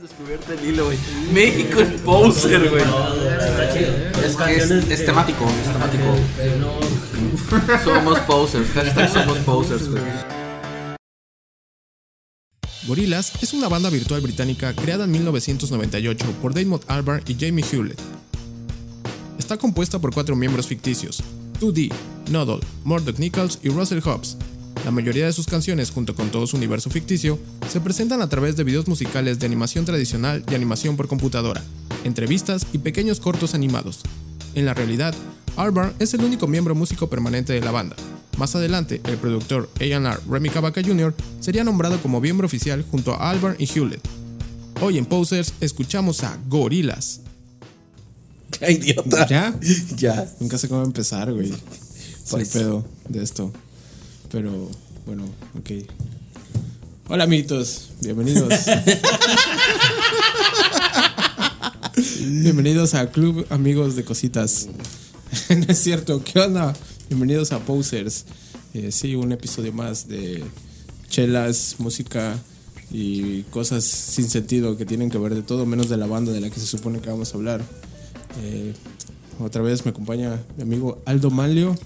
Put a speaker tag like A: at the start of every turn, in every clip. A: descubierta el hilo, güey. México es poser, güey.
B: Está chido.
A: Es que es, es temático, es temático.
B: Pero no.
A: Somos posers, hashtag somos posers, güey.
C: Gorillaz es una banda virtual británica creada en 1998 por Damon Albarn y Jamie Hewlett. Está compuesta por cuatro miembros ficticios, 2D, Noddle, Murdoch Nichols y Russell Hobbs. La mayoría de sus canciones, junto con todo su universo ficticio, se presentan a través de videos musicales de animación tradicional y animación por computadora, entrevistas y pequeños cortos animados. En la realidad, Albarn es el único miembro músico permanente de la banda. Más adelante, el productor A&R Remy Cavaca Jr. sería nombrado como miembro oficial junto a Albarn y Hewlett. Hoy en Posers escuchamos a Gorillaz.
D: Ya, idiota.
C: pues ¿Ya?
D: Ya.
C: Nunca sé cómo empezar, güey. Soy pedo de esto. Pero, bueno, ok. Hola, amiguitos. Bienvenidos. Bienvenidos a Club Amigos de Cositas. no es cierto, ¿qué onda? Bienvenidos a Posers. Eh, sí, un episodio más de chelas, música y cosas sin sentido que tienen que ver de todo, menos de la banda de la que se supone que vamos a hablar. Eh, otra vez me acompaña mi amigo Aldo Manlio,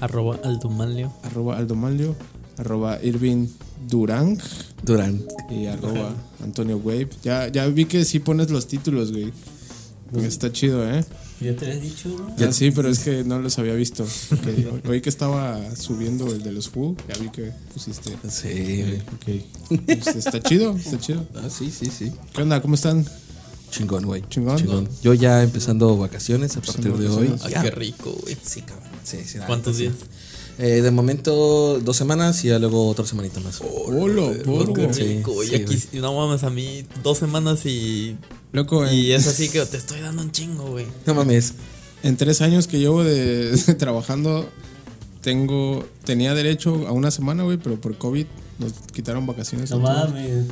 E: Arroba Aldo Manlio.
C: arroba Aldo Manlio, arroba Irving Durang
D: Durán.
C: y arroba Antonio Wave. Ya, ya vi que sí pones los títulos, güey. Está chido, ¿eh?
B: Ya te había dicho, ¿no?
C: Ya sí, pero es que no los había visto. Que o- Oí que estaba subiendo el de los Who, ya vi que pusiste.
D: Sí, güey.
C: Ok. Pues está chido, está chido.
D: Ah, sí, sí, sí.
C: ¿Qué onda? ¿Cómo están?
D: Chingón, güey.
C: Chingón.
D: Yo ya empezando vacaciones a partir de hoy.
C: vacaciones.
E: Ay,
D: Ya.
E: qué rico, güey.
D: Sí, cabrón. Sí, sí, la
E: ¿Cuántos días?
D: Eh, de momento, dos semanas y ya luego otra semanita más.
E: Oh.
C: Hola,
E: Qué
C: porgo.
D: Sí,
E: rico, güey.
D: sí,
E: Aquí, no mames, a mí dos semanas y.
C: Loco, ¿eh?
E: Y
C: en,
E: es así que te estoy dando un chingo, güey.
D: No mames.
C: en tres años que llevo de, trabajando, tengo, tenía derecho a una semana, güey, pero por COVID nos quitaron vacaciones. a
B: No
C: todos.
B: mames.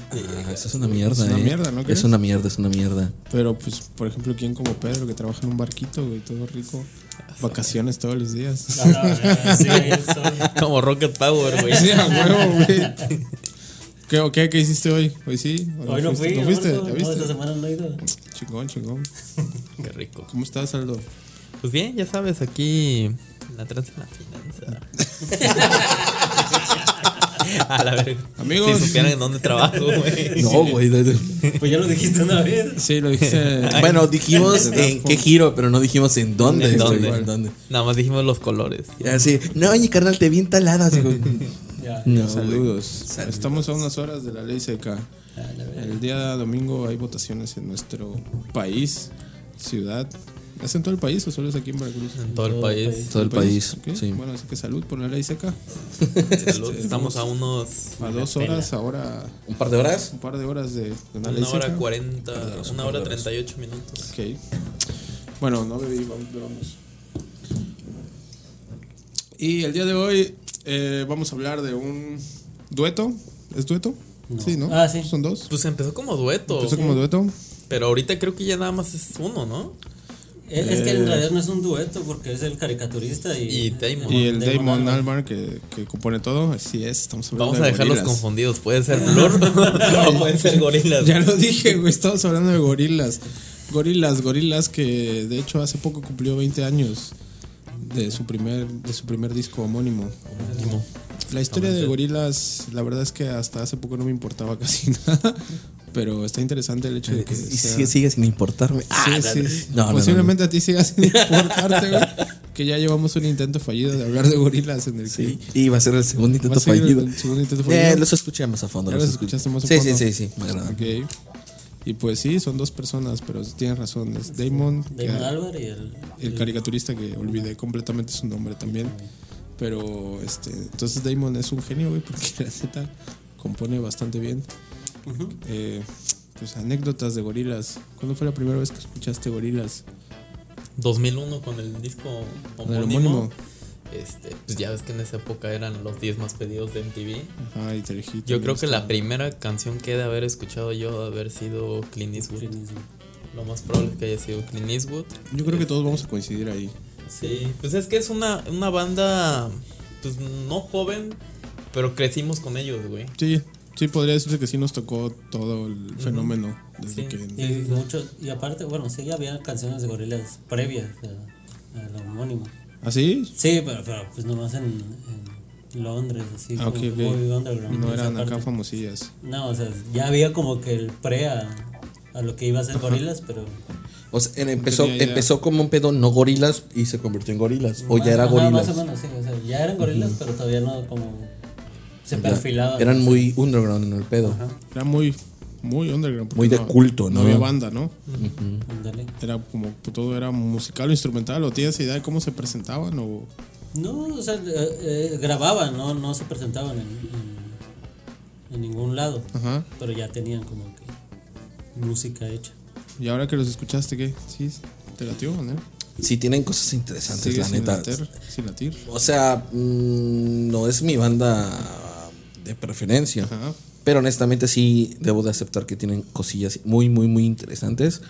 D: Ah, eso es una mierda,
C: una
D: eh.
C: mierda, ¿no crees?
D: Es una mierda, es una mierda.
C: Pero pues, por ejemplo, quien como Pedro que trabaja en un barquito, güey, todo rico, vacaciones todos los días.
B: Sí, eso.
E: Como Rocket Power, güey.
C: Sí, a huevo, güey. ¿Qué, o qué, ¿Qué hiciste hoy? ¿Hoy sí? ¿O
B: Hoy no fui.
C: ¿No fuiste?
B: Roberto.
C: ¿Ya
B: No, esta
C: viste?
B: semana no he ido.
C: Chingón, chingón.
E: Qué rico.
C: ¿Cómo estás, Aldo?
E: Pues bien, ya sabes, aquí. La tranza en la finanza. a la verga.
C: Amigos.
E: Si supieran en dónde trabajo, güey.
D: No, güey. de- de-
B: Pues ya lo dijiste una vez.
C: Sí, lo dijiste.
D: Bueno, dijimos en qué giro, pero no dijimos en dónde.
E: ¿En
D: güey,
E: dónde?
D: en dónde.
E: Nada más dijimos los colores.
D: Y así, no, oye, carnal, te vi entalada. Digo,
B: Ya.
D: no, güey.
C: Saludos. Estamos a unas horas de la ley seca. El día domingo hay votaciones en nuestro país, ciudad. ¿Es en todo el país o solo es aquí en Veracruz?
E: En todo el país.
D: Todo el país.
C: Ok,
D: Sí.
C: Bueno, así que salud por la ley seca.
E: Estamos a unos.
C: A dos horas, ahora
D: ¿Un par de horas?
C: un par de horas de, de la ley
E: Una hora
C: seca.
E: cuarenta, una hora treinta y ocho minutos.
C: Ok. Bueno, no bebí, vamos. vamos. Y el día de hoy eh, vamos a hablar de un dueto. ¿Es dueto? Sí, ¿no?
B: Ah, sí.
C: Son dos.
E: Pues empezó como dueto,
C: Empezó como dueto.
E: pero ahorita creo que ya nada más es uno, ¿no?
C: Eh,
B: Es, es que en realidad no es un dueto porque es el caricaturista y,
E: Y Damon.
C: Y el Damon
B: Albarn.
C: Albarn que, que compone todo. Así es, estamos hablando
E: Vamos
C: de
E: a dejarlos
C: gorilas.
E: confundidos, puede ser Blur o puede ser Gorilas.
C: Ya lo dije, güey, estamos hablando de gorilas. Gorilas, gorilas que de hecho hace poco cumplió 20 años de su primer, de su primer disco homónimo. La historia de gorilas, la verdad es que hasta hace poco no me importaba casi nada, pero está interesante el hecho de que...
D: Y
C: sea-
D: sigue, sigue sin importarme. Ah,
C: Sí, sí, sí.
D: No, no, no,
C: Posiblemente a ti siga sin importarte, güey. Que ya llevamos un intento fallido de hablar de gorilas en el
D: Sí,
C: que...
D: y va a ser el segundo
C: Va a
D: intento
C: ser el
D: fallido.
C: segundo intento
D: Eh,
C: fallido.
D: los escuché más a fondo.
C: Ya los escuchaste más a
D: sí,
C: fondo.
D: Sí, sí, sí, me agrada.
C: Ok. Y pues sí, son dos personas, pero tienes razón. Es Damon, que-
B: Damon Albarn y el.
C: el caricaturista que olvidé completamente su nombre también. Pero este, entonces Damon es un genio, güey, porque la neta compone bastante bien. Eh, pues anécdotas de gorilas. ¿Cuándo fue la primera vez que escuchaste gorilas?
E: 2001 con el disco
C: Con el
E: homónimo.
C: homónimo.
E: Este, pues ya ves que en esa época eran los 10 más pedidos de MTV.
C: Ajá, y te elegí.
E: Yo creo que la
C: primera.
E: primera canción que he de haber escuchado yo ha de haber sido Clint Eastwood. Lo más probable es que haya sido Clint Eastwood.
C: Yo creo que todos vamos a coincidir ahí.
E: Sí, pues es que es una, una banda, pues no joven, pero crecimos con ellos, güey.
C: Sí, sí, podría decirse que sí nos tocó todo el fenómeno
D: es
E: Sí.
D: lo que-
B: Y, mucho, y aparte, bueno, sí, ya había canciones de gorilas previas a- al homónimo.
C: ¿Así?
B: Sí, pero, pero pues nomás en, en Londres, así
C: Ah,
B: como
C: ok,
B: que
C: ok.
B: muy underground.
C: No
B: esa
C: eran acá
B: parte.
C: famosillas.
B: No, o sea, ya había como que el pre a, a lo que iba a ser gorilas, pero.
D: O sea, en- empezó,
C: tenía idea.
D: empezó como un pedo no gorilas y se convirtió en gorilas. O ya era
B: Ajá,
D: gorilas.
B: Más o menos, sí, o sea, ya eran gorilas, pero todavía no como. Se perfilaban.
D: Eran muy underground en el pedo.
C: Era muy, muy underground. porque
D: Muy de culto,
C: No
D: ¿no?
C: había banda, ¿no?
B: Ándale.
C: Era como pues, todo era musical o instrumental. ¿O tienes idea de cómo se presentaban? O...
B: No, o sea, eh, eh, grababan, no, no se presentaban en, en- en ningún lado.
C: Ajá.
B: Pero ya tenían como que música hecha.
C: Y ahora que los escuchaste, ¿qué? Sí, te latió, ¿no?
D: Sí, tienen cosas interesantes,
C: Sigue
D: la
C: sin
D: neta.
C: latir, sin latir.
D: O sea, mm, no es mi banda de preferencia.
C: Ajá.
D: Pero honestamente sí debo de aceptar que tienen cosillas muy, muy, muy interesantes.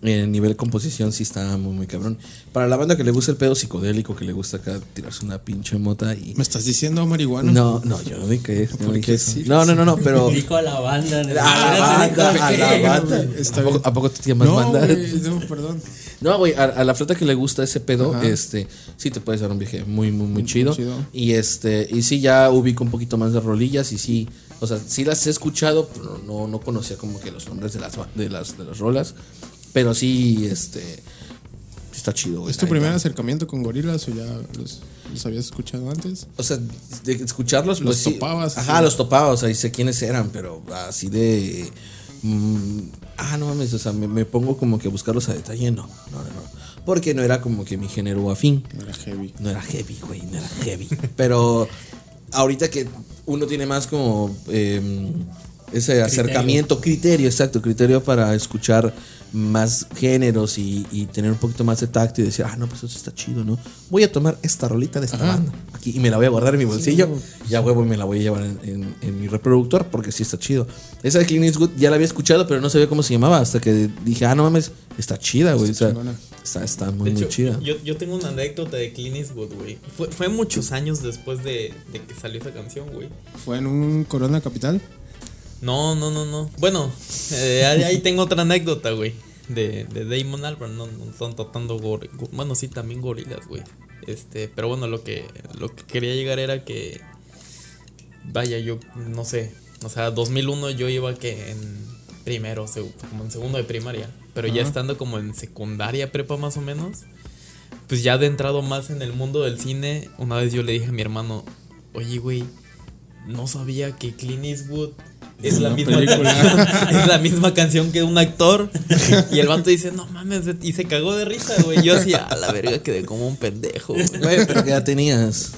D: El nivel composición sí está muy, muy cabrón. Para la banda que le gusta el pedo psicodélico, que le gusta acá tirarse una pinche mota y...
C: ¿Me estás diciendo marihuana?
D: No, no, yo no dije eso. yo no,
C: ¿Por
D: dije
C: qué
D: eso.
C: sí?
D: no, no, no, no, pero...
B: Dijo a la banda.
D: A la banda, a la banda.
C: Está
D: ¿A poco,
C: bien.
D: a poco tú tienes más
C: No,
D: banda?
C: güey, no, perdón.
D: No, güey, a, a la flota que le gusta ese pedo,
C: Ajá.
D: este, sí te puedes dar un viaje muy, muy, muy chido.
C: chido.
D: Y este, y sí ya ubico un poquito más de rolillas y sí, o sea, sí las he escuchado, pero no, no conocía como que los nombres de las, ba- de las, de las rolas. Pero sí, este, sí está chido, güey.
C: ¿Es tu
D: la
C: primer
D: neta.
C: acercamiento con gorilas o ya los, los habías escuchado antes?
D: O sea, de escucharlos,
C: Los
D: pues sí.
C: topabas,
D: Ajá,
C: sí.
D: los topaba, o sea, y sé quiénes eran, pero así de. mm, ah, no mames, o sea, me, me pongo como que a buscarlos a detalle, no, no, no, no. Porque no era como que mi género afín.
C: No era heavy.
D: No era heavy, güey, no era heavy. Pero ahorita que uno tiene más como eh, ese acercamiento, criterio, exacto, criterio para escuchar más géneros y, y tener un poquito más de tacto y decir, ah, no, pues eso está chido, ¿no? Voy a tomar esta rolita de esta banda aquí y me la voy a guardar en mi bolsillo. Ya huevo, me la voy a llevar en, en- en mi reproductor porque sí está chido. Esa de Clint Eastwood ya la había escuchado, pero no sabía cómo se llamaba hasta que dije, ah, no mames, está chida, güey. o sea,
C: chingona.
D: está, está muy,
E: De
D: muy
E: hecho,
D: chida.
E: yo, yo tengo una anécdota de Clint Eastwood, güey. Fue, fue muchos años después de, de que salió esa canción, güey.
C: ¿Fue en un Corona Capital?
E: No, no, no, no. Bueno, eh, ahí, ahí tengo otra anécdota, güey. De, de Damon Albarn, no, no están tratando gor- go- Bueno, sí, también gorilas, güey. Este, pero bueno, lo que, lo que quería llegar era que. Vaya, yo no sé. O sea, 2001 yo iba que en primero, seg- como en segundo de primaria. Pero ya estando como en secundaria, prepa más o menos. Pues ya adentrado más en el mundo del cine, una vez yo le dije a mi hermano, oye, güey, no sabía que Clint Eastwood es la, misma canción, es la misma canción que un actor. Y el vato dice, no mames, y se cagó de risa, güey. Yo así, a la verga, quedé como un pendejo. güey".
D: Güey, pero ¿qué edad tenías?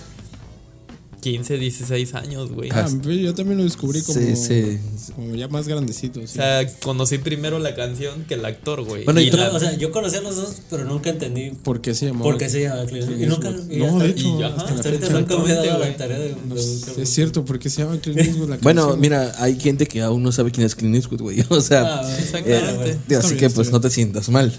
E: 15, 16 años, güey.
C: Ah,
E: O
C: yo también lo descubrí como,
D: Sí, sí.
C: como ya más grandecito. sí.
E: sea, conocí primero la canción que el actor, güey.
D: Bueno, y tú-
E: la-
B: o sea, yo conocía a los dos, pero nunca entendí
C: ¿Por qué se llamaba?
B: por qué se llamaba Clint Eastwood. Y nunca. y
C: No,
B: hasta-
C: de
E: y
C: hecho,
E: ya,
C: hasta la
B: Hasta ahorita
C: fecha.
B: nunca me he dado
E: Exactamente,
B: la tarea de. de buscar-
C: Es cierto, porque se llama Clint Eastwood la
D: Bueno,
C: canción?
D: mira, hay gente que aún no sabe quién es Clint Eastwood, güey. O sea,
B: Ah,
E: Exactamente.
D: eh,
C: Está
D: así
C: bien,
D: que
C: está
D: pues
C: bien.
D: no te sientas mal.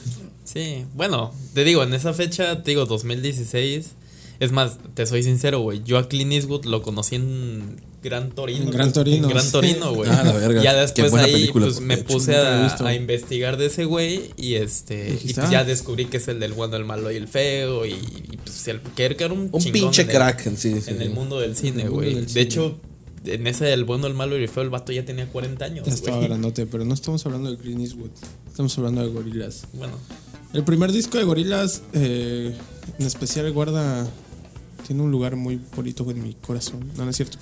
E: Sí, bueno, te digo, en esa fecha, te digo, 2016. Es más, te soy sincero, güey. Yo a Clint Eastwood lo conocí en Gran Torino.
C: En Gran Torino,
E: En Gran
C: sí.
E: Torino, güey.
D: Ah, la verga.
E: Ya
D: Qué
E: después
D: buena
E: ahí
D: película,
E: pues,
D: por
E: me
D: de hecho,
E: puse
C: nunca la he
E: a,
C: visto.
E: a investigar de ese güey y este. Y
C: Dijiste,
E: pues
C: ah.
E: ya descubrí que es el del bueno, el malo y el feo. Y, y, pues el que era un,
D: Un
E: chingón
D: pinche
E: en el-
D: crack, sí, sí.
E: en el mundo del cine,
C: el mundo
E: güey.
C: del
E: De
C: cine.
E: hecho, en ese del bueno, el malo y el feo, el vato ya tenía 40 años,
C: Ya estaba
E: güey.
C: grandote, pero no estamos hablando de Clint Eastwood. Estamos hablando de gorilas.
E: Bueno,
C: El primer disco de gorilas, eh, en especial, guarda. Tiene un lugar muy bonito en mi corazón. No, no es cierto.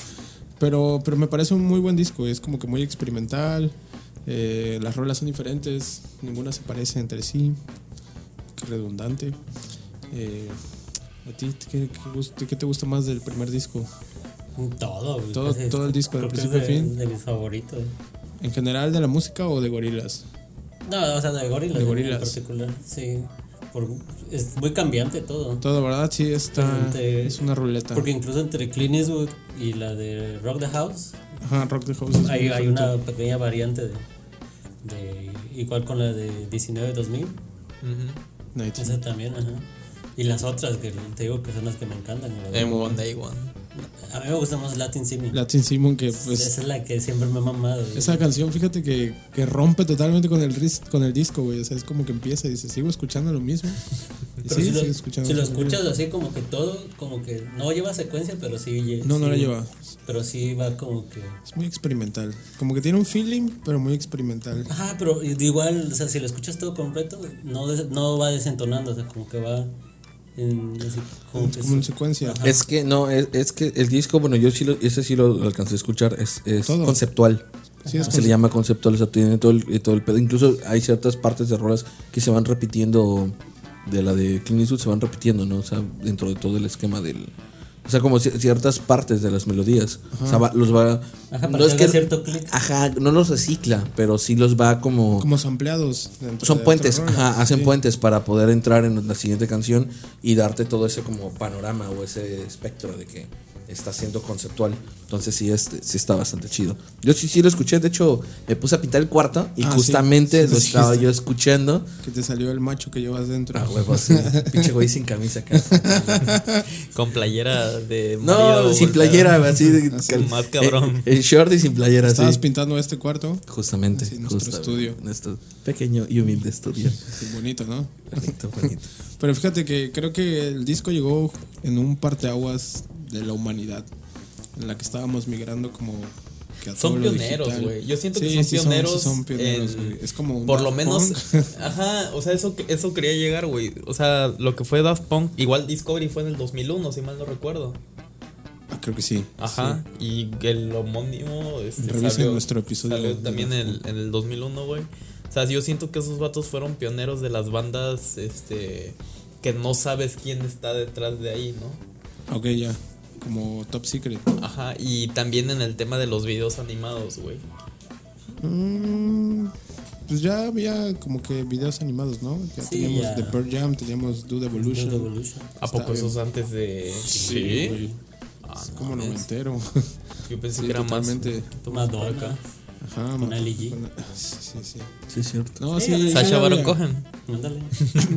C: Pero, pero me parece un muy buen disco. Es como que muy experimental. eh, las rolas son diferentes. Ninguna se parece entre sí. Qué redundante. Eh, ¿A ti qué, qué gust- qué te gusta más del primer disco?
B: Todo, güey,
C: Todo-
B: casi.
C: todo el disco, de
B: Creo que es
C: principio a
B: de-
C: fin.
B: De mis favoritos.
C: ¿En general de la música o de gorilas?
B: No, o sea, de gorilas.
C: De
B: en-
C: gorilas.
B: En particular, sí. Por, es muy cambiante todo.
C: Todo, ¿verdad? Sí, está.
B: Entre-
C: Es una ruleta.
B: Porque incluso entre Clint Eastwood y la de Rock the House,
C: Ajá, Rock the House. es
B: hay,
C: muy
B: hay
C: diferente.
B: una pequeña variante de, de- Igual con la de 19-2000,
E: ujú.
C: Night.
E: Eh,
B: esa también, ajá. Y las otras que te digo que son las que me encantan. la de-
E: en One Day One.
B: A mí me gusta más Latin Simi.
C: Latin Simon, que pues.
B: Esa es la que siempre me ha mamado. güey.
C: Esa canción, fíjate que, que rompe totalmente con el, ris- con el disco, güey. O sea, es como que empieza y dice, sigo escuchando lo mismo. Y
B: Pero si,
C: sí,
B: lo,
C: sigue escuchando.
B: si lo
C: lo mismo.
B: escuchas así como que todo, como que no lleva secuencia, pero sí. lle-
C: No, no
B: sí,
C: la lleva.
B: Pero sí va como que.
C: Es muy experimental. Como que tiene un feeling, pero muy experimental.
B: Ajá, pero de igual, o sea, si lo escuchas todo completo, no, des- no va desentonando, o sea, como que va en, así, como que
C: Es como en
B: su-
C: secuencia.
D: Es que no, es, es que el disco, bueno, yo sí lo, ese sí lo alcancé a escuchar, es, es
C: Todo.
D: conceptual.
C: Sí, es
D: se le llama conceptual, o sea, tiene todo el, eh, todo el pedo. Incluso hay ciertas partes de rolas que se van repitiendo, de la de Clint Eastwood se van repitiendo, ¿no? O sea, dentro de todo el esquema del... O sea, como ci- ciertas partes de las melodías. O sea, va- los va...
B: Ajá, para que haga cierto clic.
D: Ajá, no los recicla, pero sí los va como...
C: Como sampleados. dentro
D: Son
C: de
D: puentes,
C: otra rola.
D: ajá, hacen
C: Sí.
D: puentes para poder entrar en la siguiente canción y darte todo ese como panorama o ese espectro de que está siendo conceptual. Entonces sí, este, sí está bastante chido. Yo sí, sí lo escuché, de hecho me puse a pintar el cuarto y
C: Ah, sí.
D: justamente
C: Sí,
D: lo
C: sí,
D: estaba
C: sí.
D: yo escuchando.
C: Que te salió el macho que llevas dentro.
D: Ah, huevo, sí. Pinche güey sin camisa acá.
E: Con playera de.
D: No,
E: marido
D: sin
E: volteada.
D: playera, así. de-
C: Así,
D: cal-
E: más cabrón.
D: En, en short y sin playera, así.
C: Estabas pintando este cuarto.
D: Justamente.
C: Así, nuestro
D: justamente,
C: estudio.
D: Nuestro pequeño y humilde estudio.
C: Sí, Bonito, ¿no?
D: Bonito, bonito.
C: Pero fíjate que creo que el disco llegó en un parteaguas de la humanidad. En la que estábamos migrando como. que a
E: Son
C: todo lo
E: pioneros,
C: digital.
E: güey. Yo siento
C: Sí,
E: que son
C: sí sí
E: pioneros.
C: son pioneros,
E: en-
C: güey. Es como. un
E: Por lo
C: Daft
E: menos.
C: Punk.
E: Ajá, o sea, eso, eso quería llegar, güey. O sea, lo que fue Daft Punk. Igual Discovery fue en el 2001, si mal no recuerdo.
C: Ah, creo que sí.
E: Ajá, y el homónimo. Este,
C: Revisen nuestro episodio
E: salió
C: de
E: también
C: Daft
E: en el, en el 2001, güey. O sea, yo siento que esos vatos fueron pioneros de las bandas este, que no sabes quién está detrás de ahí, ¿no?
C: Ah, Ok, ya. Como Top Secret.
E: Ajá, y también en el tema de los videos animados, güey.
C: Mm, pues ya había como que videos animados, ¿no? Ya
B: Sí,
C: teníamos
B: ya.
C: The Pearl Jam, teníamos Dude Evolution.
B: Evolution. Evolution.
E: ¿A poco
C: bien.
E: esos antes de.?
C: Sí, güey.
E: Ah,
C: Es
E: no
C: como
E: mames.
C: noventero.
E: Yo pensé
C: Sí,
E: que era
C: totalmente.
E: más. un poquito más por acá.
C: Ajá,
B: Con
C: ma-
B: Ali G.
C: con- Sí, sí, sí.
D: Sí, es cierto.
C: No,
B: Sí,
C: sí, sí,
E: Sacha
C: ya
E: Baron
C: había.
E: Cohen.
B: Ándale.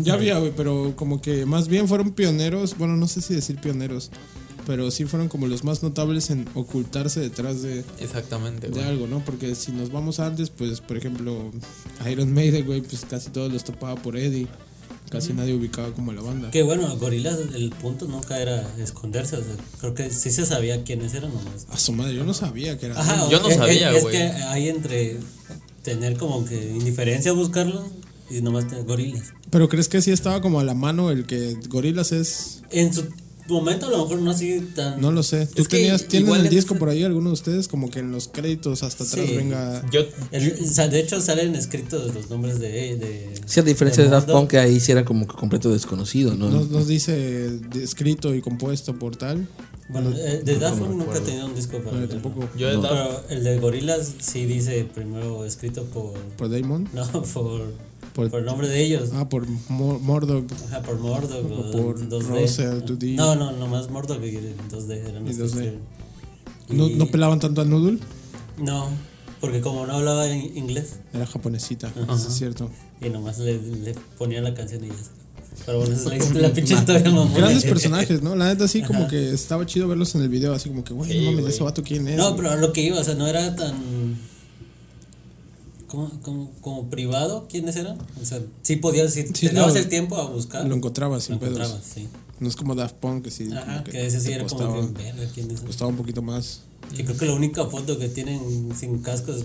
C: Ya había, güey, pero como que más bien fueron pioneros. Bueno, no sé si decir pioneros, pero sí fueron como los más notables en ocultarse detrás de,
E: Exactamente,
C: de
E: güey.
C: algo, ¿no? Porque si nos vamos antes, pues, por ejemplo, Iron Maiden, güey, pues casi todos los topaba por Eddie. Casi nadie ubicaba como la banda.
B: que bueno, Gorilas, el punto nunca era esconderse, o sea, creo que sí se sabía quiénes eran nomás.
C: A su madre, yo no sabía que era.
B: Ajá,
E: Yo no
B: es-
E: sabía,
B: Es, es
E: güey.
B: que hay entre tener como que indiferencia a buscarlo y nomás tener Gorilas.
C: Pero crees que sí estaba como a la mano el que Gorilas es.
B: En su momento a lo mejor no así tan...
C: No lo sé. ¿Tú
E: Es que
C: tenías, tienen
E: igual
C: el
E: es-
C: disco por ahí alguno de ustedes? Como que en los créditos hasta atrás
B: Sí.
C: venga.
E: Yo,
B: El- o sea, de hecho salen escritos los nombres de... de
D: Sí, a diferencia de
B: del
D: Daft
B: mundo.
D: Punk, que ahí sí era como que completo desconocido, ¿no?
C: Nos, nos dice de- escrito y compuesto por tal.
B: Bueno, eh, de Daft Punk nunca he tenido un disco para
C: Pero
B: verlo.
C: tampoco
E: yo de Daft-
B: Pero el de Gorilas sí dice primero escrito por...
C: por Damon.
B: No, por...
C: Por-
B: Por, nombre de ellos.
C: Ah, por Mor- Mordog
B: Ajá, por Mordog. o
C: por
B: 2D.
C: Russell, 2D.
B: No, no, nomás Mordog y 2D. Eran
C: Y
B: los que
C: 2D.
B: escribieron.
C: ¿No,
B: Y-
C: no pelaban tanto al Noodle?
B: No, porque como no hablaba en inglés,
C: Era japonesita, eso es cierto.
B: y nomás le, le ponía la canción y ya. está. Pero bueno, esa es la, la pinche historia mamón.
C: Grandes personajes, ¿no? La neta, así como que estaba chido verlos en el video, así como que, güey, no mames, ese vato quién es.
B: No, pero a lo que iba, o sea, no era tan. Como, como, como privado, ¿quiénes eran? O sea, sí podías decir,
C: Sí,
B: te dabas
C: lo-
B: el tiempo a buscar.
C: Lo encontrabas
B: lo
C: sin pedos.
B: encontrabas, sí.
C: No es como Daft Punk, que sí.
B: Ajá,
C: como
B: que, ese sí
C: te
B: era
C: costaba-
B: como que, verga, ¿quién es?
C: Costaba un poquito más.
B: Que creo que la única foto que tienen sin cascos.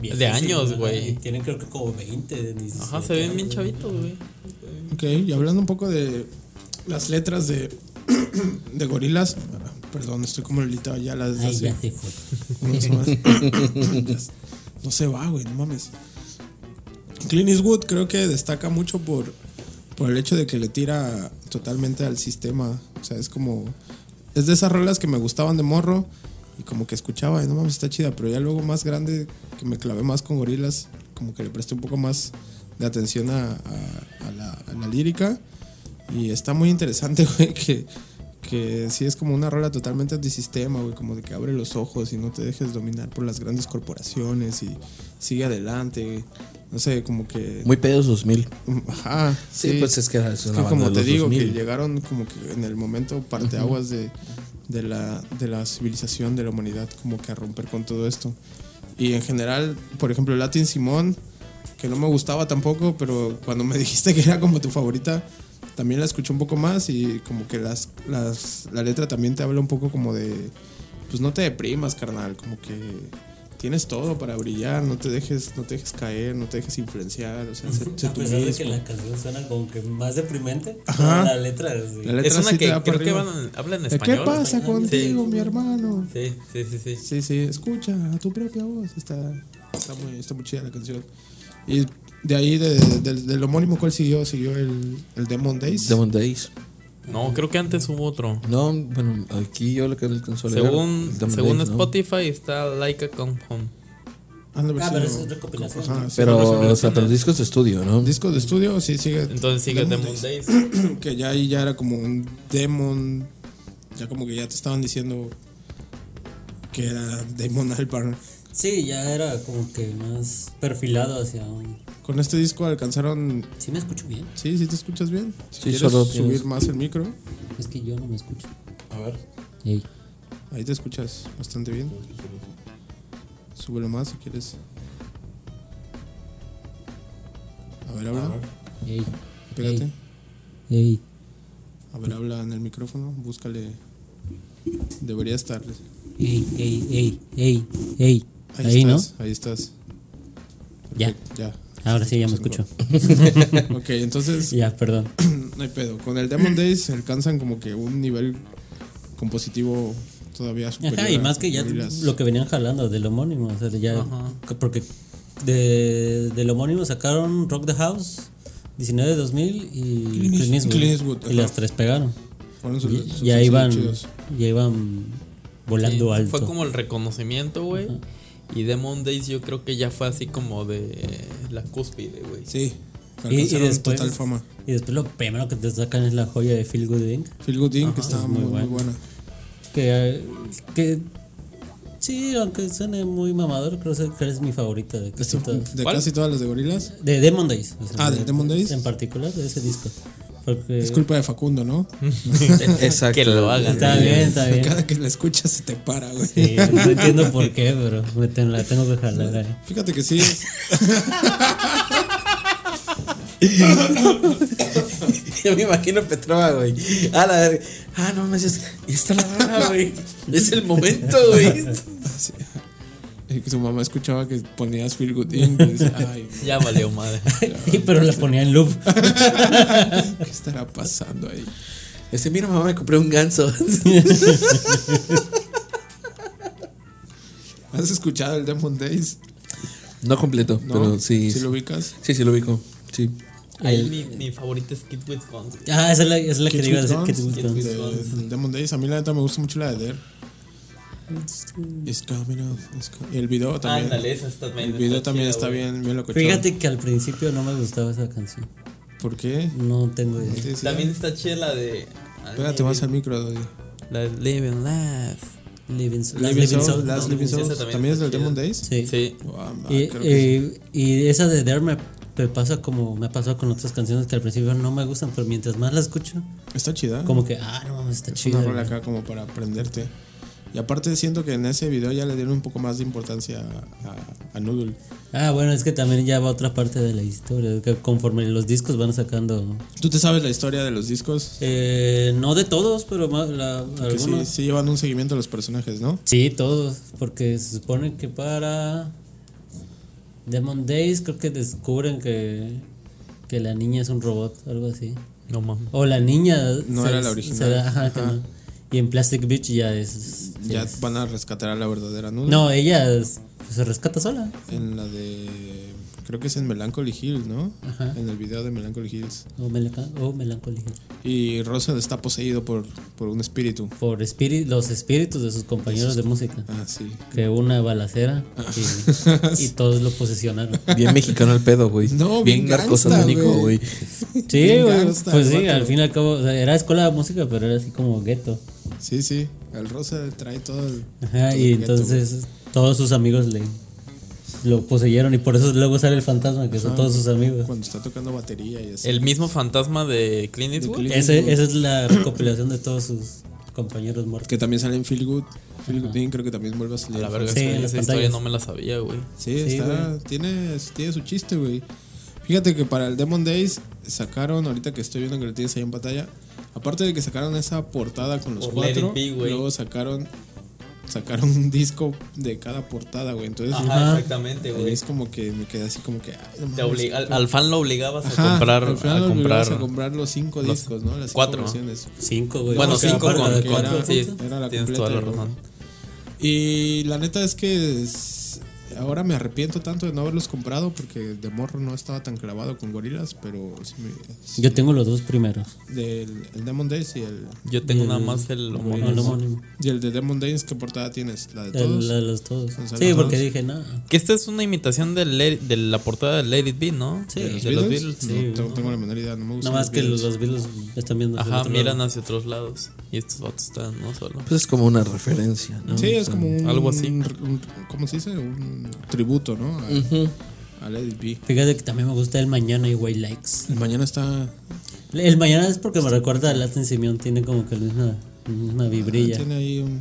E: De años, güey.
B: Tienen creo que como 20. de 17
E: Ajá, se ven bien
B: años.
E: chavitos, güey.
C: Ok, y hablando un poco de las letras de, de gorilas. Perdón, estoy como Lolita ya las
B: Ay,
C: hace
B: ya se fue.
C: unos más. no se va, güey, no mames. Clint Eastwood creo que destaca mucho por, por el hecho de que le tira totalmente al sistema. O sea, es como. Es de esas rolas que me gustaban de morro y como que escuchaba, y no mames, está chida. Pero ya luego más grande, que me clavé más con gorilas, como que le presté un poco más de atención a, a- a la, a la lírica. Y está muy interesante, güey, que, que sí es como una rola totalmente antisistema, güey, como de que abre los ojos y no te dejes dominar por las grandes corporaciones y sigue adelante, güey. No sé, como que...
D: Muy pedos 2000.
C: Ajá.
D: Sí, pues es que era- es
C: Es
D: una
C: que
D: banda
C: como
D: de
C: te
D: los
C: digo, que
D: 2000.
C: llegaron como que en el momento parteaguas de, de la, de la civilización, de la humanidad, como que a romper con todo esto. Y en general, por ejemplo, Latin Simón, que no me gustaba tampoco, pero cuando me dijiste que era como tu favorita, también la escuché un poco más y como que las, las, la letra también te habla un poco como de, pues no te deprimas, carnal, como que tienes todo para brillar, no te dejes, no te dejes caer, no te dejes influenciar, o sea, sé, sé
B: a
C: tú
B: pesar de que
C: mismo.
B: la canción suena como que más deprimente,
C: Ajá.
B: la letra es
C: La
B: de-
C: letra
E: Es una
C: sí te
E: que
C: da
E: creo
C: para
E: que
C: arriba.
E: van, habla en
C: ¿De
E: español.
C: ¿Qué pasa
E: Sí.
C: contigo, mi hermano?
E: Sí, sí, sí, sí.
C: Sí, sí, escucha a tu propia voz. Está, está, muy, está muy chida la canción. Y de ahí, de- de- del- del homónimo, ¿cuál siguió? Siguió el, el Demon Days.
D: Demon Days.
E: No, creo que antes hubo otro.
D: No, bueno, aquí yo lo que alcanzó a leer.
E: Según,
D: el Demon
E: según
D: Days, ¿no?
E: Spotify está Laika Come Home.
C: Ah, no,
B: Ah,
C: sí,
B: pero
C: no.
B: eso es recopilación.
C: Ajá, sí.
D: Pero, o sea, pero discos de estudio, ¿no?
C: Disco de estudio, sí, sigue.
E: Entonces sigue
C: Demon
E: Demon Days.
C: Days, Que ya ahí ya era como un Demon. Ya como que ya te estaban diciendo que era Demon Albarn.
B: Sí, ya era como que más perfilado hacia un.
C: Con este disco alcanzaron.
B: Sí, me escucho bien.
C: Sí, sí, te escuchas bien. Si
D: Sí,
C: quieres
D: solo-
C: subir más el micro,
B: Es que yo no me escucho.
D: A ver.
B: Ey.
C: ahí te escuchas bastante bien. Súbelo más si quieres. A ver, habla.
B: Ey.
C: Pégate.
B: Ey.
C: A ver, habla en el micrófono. Búscale. Debería estar.
B: Ey, ey, ey, ey, ey. Ahí,
C: estás. Ahí estás.
B: ¿no? Ya.
C: Ya.
B: Ahora sí ya me escucho.
C: Ok, entonces
B: ya, perdón.
C: no hay pedo. Con el Demon Days alcanzan como que un nivel compositivo todavía superior.
B: Ajá, y
C: a
B: más que ya
C: Gorillaz.
B: lo que venían jalando del homónimo. O sea, de ya.
E: Ajá.
B: que- Porque de, del homónimo sacaron Rock the House, 19 de 2000 y
C: Clint
B: Clint Eastwood.
C: Clint Eastwood, ajá.
B: y las tres pegaron.
C: Fueron sus- sus
B: Y, ya iban,
C: sencillos.
B: ya iban volando
E: Sí,
B: alto.
E: Fue como el reconocimiento, güey. Y Demon Days yo creo que ya fue así como de la cúspide, güey.
C: Sí. que
B: Y- y
C: Alcanzaron
B: después-
C: total fama.
B: Y después lo primero que te sacan es la joya de Phil Good Inc.
C: Phil Good Inc. que estaba
B: es
C: muy,
B: muy
C: muy buena.
B: bueno. Que, que sí, aunque suene muy mamador, creo que- que es mi favorita de casi todas.
C: De
E: ¿Cuál?
C: casi todas las de Gorilas.
B: De Demon Days. o sea,
C: Ah, ¿de Demon Days?
B: En particular de ese disco. Porque
C: Es culpa de Facundo, ¿no?
D: Exacto.
E: Que lo hagan.
B: está bien, está bien.
C: Cada que la escuchas se te para, güey.
B: Sí, no entiendo por qué, pero me ten- la tengo que jalar ahí.
C: Fíjate que sí. es-
D: Yo me imagino a Petrova, güey. A la verga. Ah, no me dices. Está la hora, güey. Es el momento, güey.
C: y eh, que su mamá escuchaba que ponías Phil Good Inc. y decía, ay,
E: Ya valió madre.
B: Y pero la ponía en loop.
C: ¿qué estará pasando ahí?
D: Ese, mira, mamá, me compré un ganso.
C: ¿Has escuchado el Demon Days?
D: No completo,
C: ¿No?
D: pero sí.
C: ¿Sí lo ubicas?
D: Sí, sí, lo ubico. Sí.
E: Ahí mi, mi favorita es Kid Wisconsin.
B: Ah, esa es la, esa es la que
C: Kids
B: le iba a
C: with
B: decir.
C: Guns,
B: Kids with
C: Kids
B: Guns.
C: de- del Demon Days. A mí la neta me gusta mucho la de Dare. It's coming up, it's co- Y el video también.
E: Ándale, esa está
C: el video también está bien, bien locochón.
B: Fíjate que al principio no me gustaba esa canción.
C: ¿Por qué?
B: No tengo idea.
C: Sí, sí.
E: También está chida la de.
C: Espérate, vas al micro, Dodi.
E: La de Living Life.
B: Living, Las
C: Living Soul,
B: Soul,
C: Last
B: no,
C: Living
E: esa
C: Soul.
E: también
C: ¿También es
E: está
C: del
E: chida.
C: Demon Days?
B: Sí.
E: Sí.
C: Ah, ma,
B: Y, eh,
C: creo que sí.
B: y- y esa de Dare me, me pasa como me ha pasado con otras canciones que al principio no me gustan, pero mientras más la escucho,
C: Está chida.
B: como que, ah, no mames, está
C: Es una
B: chido.
C: rola acá como para aprenderte. Y aparte siento que en ese video ya le dieron un poco más de importancia a, a- a Noodle.
B: Ah, bueno, es que también ya va otra parte de la historia, que conforme los discos van sacando,
C: ¿Tú te sabes la historia de los discos?
B: eh, no de todos, pero ma- la-
C: Que sí,
B: algunos. Sí.
C: sí llevan un seguimiento a los personajes, ¿no?
B: todos, porque se supone que para Demon Days creo que descubren que, que la niña es un robot, algo así.
E: No mames.
B: O la niña.
C: No era la original.
B: da- ajá, que no. Y en Plastic Beach ya es.
C: Ya van a rescatar a la verdadera Noodle.
B: No, ella es- pues, se rescata sola.
C: En la de... Creo que es en Melancholy Hills, ¿no?
B: Ajá.
C: En el video de Melancholy Hills.
B: O, melanca- o melancolía.
C: Y Rosa está poseído por, por un espíritu.
B: Por espíritu, los espíritus de sus compañeros de música.
C: Ah, sí.
B: Que hubo una balacera y, y todos lo posesionaron.
D: Bien mexicano el pedo, güey.
C: No, bien gangsta,
D: narcosamónico,
C: güey.
D: güey.
B: Sí,
C: Bien
B: güey.
C: gangsta,
B: Pues
C: el
B: sí,
C: vato.
B: al fin y al cabo. o sea, era escuela de música, pero era así como gueto.
C: Sí, sí. El Rosa trae todo el...
B: Ajá,
C: todo
B: y
C: el gueto,
B: entonces todos sus amigos le lo poseyeron. Y por eso luego sale el fantasma, que son todos sus amigos.
C: Cuando está tocando batería y así.
E: El mismo fantasma de Clint Eastwood.
B: Ese- esa es la recopilación de todos sus compañeros muertos.
C: Que también sale en Feel Good. Feel Good Inc. creo que también vuelve a salir.
E: A la verga,
B: Sí,
E: esa-
B: en las
E: esa historia
B: pantallas.
E: no me la sabía, güey.
C: Sí,
B: Sí,
C: está, tiene, tiene su chiste, güey. Fíjate que para el Demon Days sacaron, ahorita que estoy viendo que lo tienes ahí en pantalla, aparte de que sacaron esa portada con los
E: Por Let It
C: cuatro,
E: Be, güey.
C: luego sacaron sacaron un disco de cada portada, güey. Entonces,
E: Ajá, exactamente,
C: ahí
E: güey.
C: es como que me quedé así como que... ay, no
E: Te
C: mames,
E: obli-
C: qué
E: al,
C: pedo.
E: al fan lo obligabas a
C: Ajá,
E: comprar.
C: al final
E: a
C: lo obligabas
E: comprar.
C: a comprar los cinco
E: los
C: discos, ¿no? Las cinco
E: cuatro.
C: versiones.
B: Cinco, güey.
E: Bueno,
B: Porque
E: cinco
B: aparte
E: con-
B: de
E: con-
B: cuatro,
E: sí,
B: punto.
C: Era la
E: tienes
C: completa,
E: toda la
C: güey.
E: razón.
C: Y la neta es que es- ahora me arrepiento tanto de no haberlos comprado porque de morro no estaba tan clavado con gorilas, pero sí me-
B: Yo tengo los dos primeros.
C: del el Demon Days y el,
E: Yo tengo nada más el homónimo.
B: El homónimo.
C: y el de Demon Days, ¿qué portada tienes? ¿La de todos?
B: El- el- los todos.
C: Son
B: Sí,
C: saludables.
B: porque dije, no.
E: Que esta es una imitación de, Let- de la portada de Lady B, ¿no?
B: Sí.
E: de los
C: ¿De los Beatles?
E: Beatles.
C: No,
B: Sí,
C: tengo, tengo la menor idea, no me gusta.
B: Nada más que los, los Beatles están viendo. hacia el
E: Ajá,
B: otro
E: miran
B: lado.
E: hacia otros lados. Y estos vatos están no solo.
D: Pues es como una referencia, ¿no?
C: Sí, es como un.
E: Algo así.
C: un- ¿Cómo se dice? Un tributo, ¿no? A, a Lady B.
B: Fíjate que también me gusta el mañana y White Likes.
C: El mañana está.
B: El mañana es porque me recuerda a Latin Simeón, tiene como que la misma, misma vibrilla,
C: Tiene ahí un.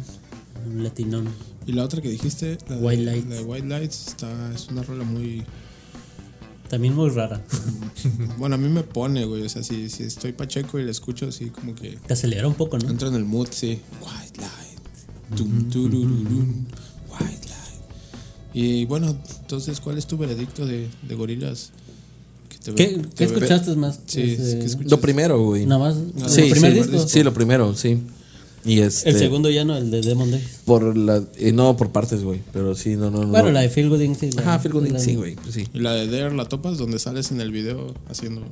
B: un latinón.
C: Y la otra que dijiste, la de
B: White
C: la de
B: Lights.
C: White Lights, está, es una rola muy.
B: También muy rara.
C: Bueno, a mí me pone, güey. O sea, si, si estoy pacheco y la escucho así, como que
B: Te acelera un poco, ¿no?
C: entro en el mood, sí. White light. Dum, durururum, white light. Y bueno, entonces, ¿cuál es tu veredicto de, de gorilas? Que te-
B: ¿Qué,
C: te
B: qué
C: pues, ve-
B: escuchaste más?
C: Sí,
B: Ese-
C: que escuchas.
D: Lo primero, güey.
B: Nada más.
D: Ah, Sí,
B: el primer
D: sí, este,
B: disco.
D: sí, lo primero, sí. Y este,
B: El segundo ya no, el de Demon Day.
D: Por la, eh, no, por partes, güey. Pero sí, no, no, no.
B: Bueno, la de Feel Good Inc. sí, la-
D: Ajá, Feel Good Inc,
B: la-
D: sí, güey. pues sí.
C: Y la de Dare, la topas donde sales en el video haciendo.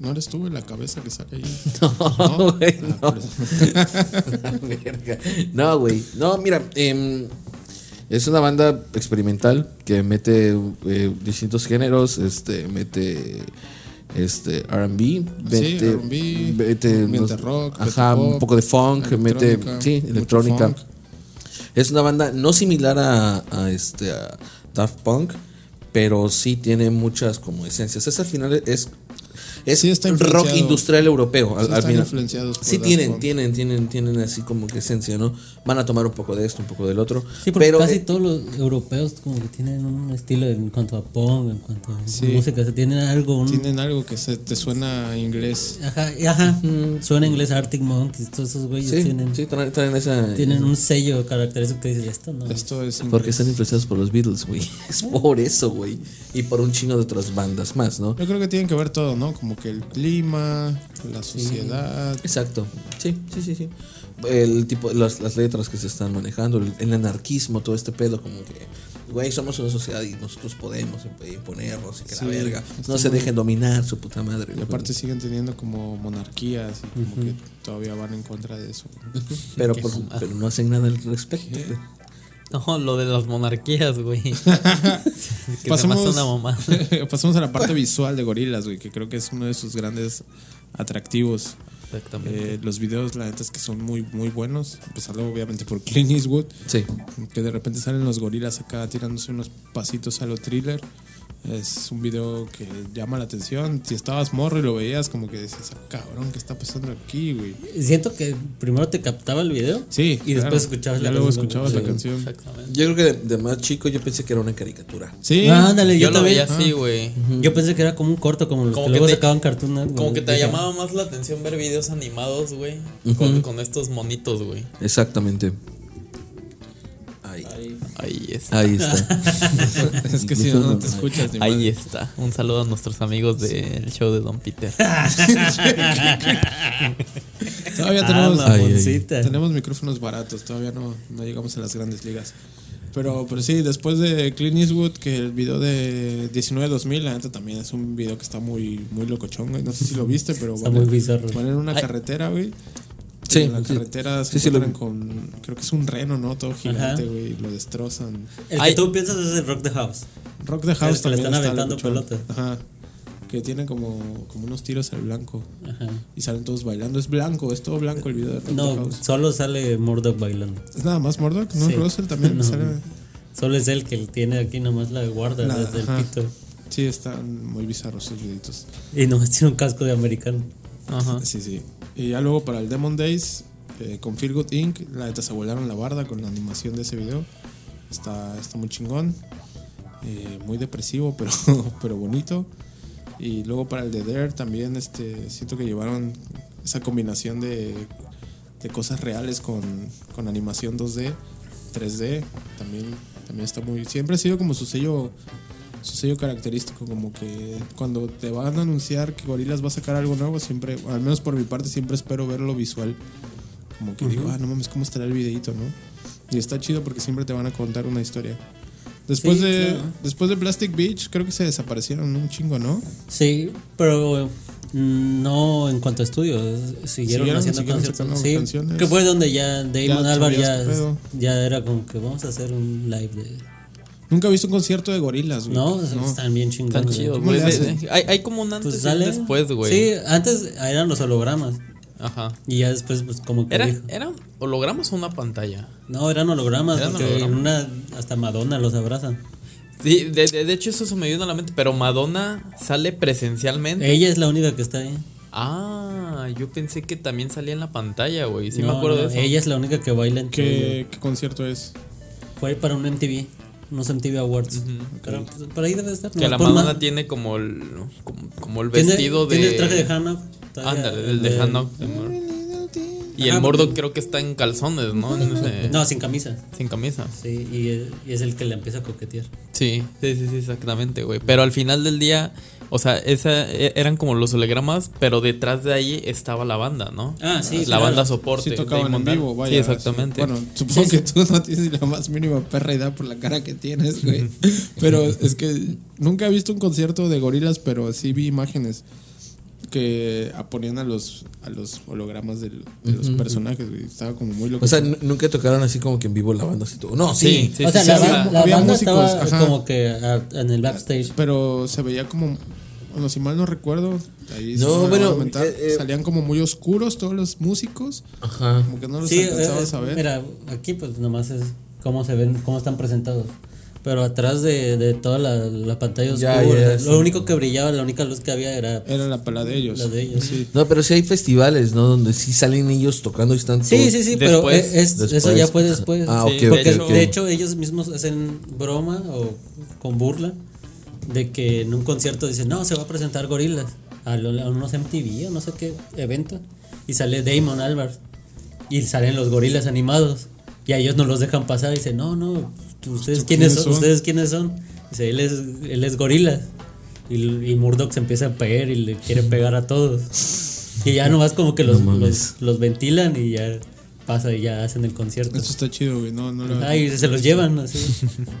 C: ¿No eres tú, güey? La cabeza que sale ahí.
D: No, güey,
C: Ah,
D: no.
C: por eso.
D: Verga. No, güey. No, mira, em, es una banda experimental que mete eh, distintos géneros, este, mete este R&B, mete,
C: R&B,
D: mete,
C: mete
D: los-
C: rock, mete
D: ajá,
C: pop,
D: un poco de funk, mete,
C: electrónica,
D: sí,
C: mucho
D: electrónica.
C: funk.
D: Es una banda no similar a, a este a Daft Punk, pero sí tiene muchas como esencias. Es al final es es
C: Sí está
D: rock
C: influenciado.
D: industrial europeo. al-
C: Sí
D: al
C: están
D: final.
C: influenciados por
D: Sí
C: Daft
D: tienen,
C: Punk.
D: tienen, tienen, tienen así como que esencia, ¿no? Van a tomar un poco de esto, un poco del otro.
B: Sí, porque
D: pero
B: casi
D: eh,
B: todos los europeos como que tienen un estilo en cuanto a punk, en cuanto a
C: Sí.
B: música, se tienen algo, un-
C: Tienen algo que se te suena a inglés.
B: ajá, ajá, suena inglés Arctic Monkeys, todos esos güeyes
D: sí,
B: tienen,
D: sí, traen, traen esa.
B: tienen un sello característico que dice esto, ¿no?
C: Esto es inglés.
D: Porque están influenciados por los Beatles, güey. Es por eso, güey. Y por un chingo de otras bandas más, ¿no?
C: Yo creo que tienen que ver todo, ¿no? Como que el clima, la sociedad.
D: Exacto. Sí, sí, sí, sí. El tipo, las, las letras que se están manejando, el, el anarquismo, todo este pedo, como que, güey, somos una sociedad y nosotros podemos imponernos y que la verga. No se dejen dominar su puta madre.
C: Y aparte siguen teniendo como monarquías y como que todavía van en contra de eso.
D: pero, por- pero no hacen nada al respecto.
E: No, lo de las monarquías, güey. que se me hace
C: Pasemos-
E: una mamá.
C: Pasamos a la parte visual de Gorilas, güey, que creo que es uno de sus grandes atractivos.
E: Exactamente.
C: Eh, los videos, la neta es que son muy, muy buenos. Empezando obviamente por Clint Eastwood,
D: Sí.
C: que de repente salen los gorilas acá tirándose unos pasitos a lo thriller. Es un video que llama la atención. Si estabas morro y lo veías, como que decías, "Ah, cabrón, ¿qué está pasando aquí, güey?
B: Siento que primero te captaba el video
C: Sí.
B: y
C: claro.
B: después escuchabas
C: Ya
B: la
C: luego
B: canción. Ah,
C: escuchabas la canción.
E: Exactamente.
D: Yo creo que de, de más chico yo pensé que era una caricatura.
C: Sí.
B: Ah, ándale, yo,
E: Yo lo
B: también.
E: veía así, güey.
B: Yo pensé que era como un corto, como los
E: Como
B: que,
E: que
B: luego
E: te-
B: sacaban Cartoon Network.
E: Como que te
B: Dije,
E: llamaba más la atención ver videos animados, güey. con, con estos monitos, güey.
D: Exactamente. Ahí,
E: Ahí está.
D: ahí está.
C: es que si no, no te escuchas. ni
E: Ahí está. Un saludo a nuestros amigos del show de Don Peter.
C: madre. Todavía tenemos,
B: Ah, mamoncita.
C: tenemos micrófonos baratos, todavía no, no llegamos a las grandes ligas. Pero, pero sí, después de Clint Eastwood, que el video de 19-2000, la neta también es un video que está muy, muy locochón, güey. No sé si lo viste, pero
B: Está
C: bueno,
B: muy bizarro.
C: Van en una carretera, güey.
D: Sí,
C: Y En la
D: sí.
C: carretera se
D: Sí, sí, lo
C: encuentran con. Creo que es un reno, ¿no? Todo gigante, güey. y Lo destrozan.
B: El que
E: Ay.
B: tú piensas es el Rock the House.
C: Rock the House
B: que le
C: también.
B: están
C: está
B: aventando
C: locochón.
B: pelotas.
C: Ajá. Que tiene como, como unos tiros al blanco.
B: Ajá.
C: Y salen todos bailando. Es blanco, es todo blanco el video de Rock the
B: No,
C: House.
B: solo sale Murdoch bailando.
C: Es nada más Murdoch, ¿no?
B: Sí.
C: Russell también
B: No.
C: sale.
B: Solo es él que tiene aquí nomás la guarda
C: La-
B: desde
C: ajá.
B: el pito.
C: Sí, están muy bizarros esos videitos.
B: Y nomás tiene un casco de americano.
E: Ajá.
C: Sí, sí. Y ya luego para el Demon Days, eh, con Feel Good Inc. La neta se volaron la barda con la animación de ese video. Está, está muy chingón. Eh, muy depresivo, pero, pero bonito. Y luego para el de Dare también este, siento que llevaron esa combinación de, de cosas reales con, con animación 2D, 3D. También, también está muy. Siempre ha sido como su sello su sello característico, como que cuando te van a anunciar que Gorilas va a sacar algo nuevo, siempre, al menos por mi parte, siempre espero verlo visual. Como que digo, ah, no mames, ¿cómo estará el videito, no? Y está chido porque siempre te van a contar una historia. Después,
B: Sí,
C: de,
B: claro.
C: después de Plastic Beach, creo que se desaparecieron un chingo, ¿no?
B: Sí, pero mm, no en cuanto a estudios, siguieron,
C: Siguieron,
B: haciendo
C: siguieron
B: conciertos.
C: sacando
B: Sí,
C: canciones.
B: que fue donde ya Damon
C: Ya
B: Albarn
C: sabías qué
B: ya,
C: pedo.
B: ya era como que vamos a hacer un live de.
C: Nunca he visto un concierto de Gorilas, güey.
B: No, están bien
E: pues, Tan
B: chingones. güey.
E: chido,
C: ¿Cómo
E: güey.
C: le
E: De-
C: hacen?
E: de- Hay, hay como un antes
B: Pues
E: y un
B: sale.
E: después, güey.
B: Sí, antes eran los hologramas.
E: Ajá.
B: Y ya después, pues como que.
E: ¿Era,
B: dijo-
E: ¿Eran hologramas o una pantalla?
B: No, eran hologramas,
E: Eran
B: porque en una hasta Madonna los abrazan.
E: Sí, de, de- de hecho eso se me vino a la mente, pero Madonna sale presencialmente.
B: Ella es la única que está ahí.
E: Ah, yo pensé que también salía en la pantalla, güey. Sí me
B: No,
E: acuerdo
B: no,
E: de eso.
B: Ella es la única que baila en
C: ¿Qué, qué concierto es?
B: Fue para un MTV, unos MTV Awards. Pero, pues, por ahí debe estar.
E: que
B: nomás
E: la
B: por
E: Madonna
B: ma-
E: tiene como el, como, como el
B: tiene-
E: vestido
B: Tiene
E: de...
B: el traje de Hannah. todavía,
E: Ándale, el de Hanok. Y
B: Ajá,
E: el Mordo creo que está en calzones, ¿no? En ese-
B: No, sin camisa.
E: Sin camisa.
B: Sí, y, y es el que le empieza a coquetear.
E: Sí, sí, sí, sí, exactamente, güey. Pero al final del día, o sea, esa, e- eran como los hologramas, pero detrás de ahí estaba la banda, ¿no?
B: Ah, sí,
E: La
B: claro.
E: banda soporte.
C: Sí tocaban
E: Damon
C: en vivo,
E: Albarn.
C: vaya.
E: Sí, exactamente.
C: Bueno, supongo que tú no tienes ni la más mínima perra edad por la cara que tienes, güey. pero es que nunca he visto un concierto de gorilas, pero sí vi imágenes que ponían a los, a los hologramas del- de los personajes, güey. Estaba como muy loco.
D: O sea, n- nunca tocaron así como que en vivo la banda así todo. No, sí.
E: Sí,
B: o sea,
E: sí,
B: la,
E: sí,
B: ba-
E: sí.
B: la
C: Había
B: banda
C: músicos,
B: estaba
C: ajá.
B: como que a- en el backstage.
C: pero se veía como. Bueno, si mal no recuerdo, ahí sí
D: No,
C: me van a
D: bueno,
C: comentar,
D: eh, eh.
C: salían como muy oscuros todos los músicos,
D: Ajá.
C: como que no los
B: Sí,
C: alcanzabas
B: eh,
C: a ver.
B: mira, aquí pues nomás es cómo se ven, cómo están presentados. Pero atrás de, de toda la, la pantalla
D: Ya,
B: oscura,
D: ya,
B: lo
D: sí.
B: único que brillaba, la única luz que había era
C: Era la pala de ellos.
B: la de ellos.
C: Sí.
D: No, pero sí hay festivales, ¿no? Donde sí salen ellos tocando y están
B: Sí,
D: todos-
B: sí, sí, pero
E: Después,
B: eh, es- eso
D: después.
B: ya fue después.
D: Ah, ok,
E: Sí,
D: ok,
B: Porque
E: de
D: ok.
B: de hecho ellos mismos hacen broma o con burla de que en un concierto dicen, no, se va a presentar gorilas a, lo- a unos MTV o no sé qué evento. Y sale Damon Albarn y salen los gorilas animados. Y a ellos no los dejan pasar y dicen, no, no, ¿ustedes quiénes son? ¿Ustedes quiénes son? Dice, él es, él es gorilas. Y, y Murdoch se empieza a pegar y le quiere pegar a todos. Y ya nomás como que los, los, los ventilan y ya pasa y ya hacen el concierto.
C: Eso está chido, güey. No, no lo
B: Ah, y se los llevan así.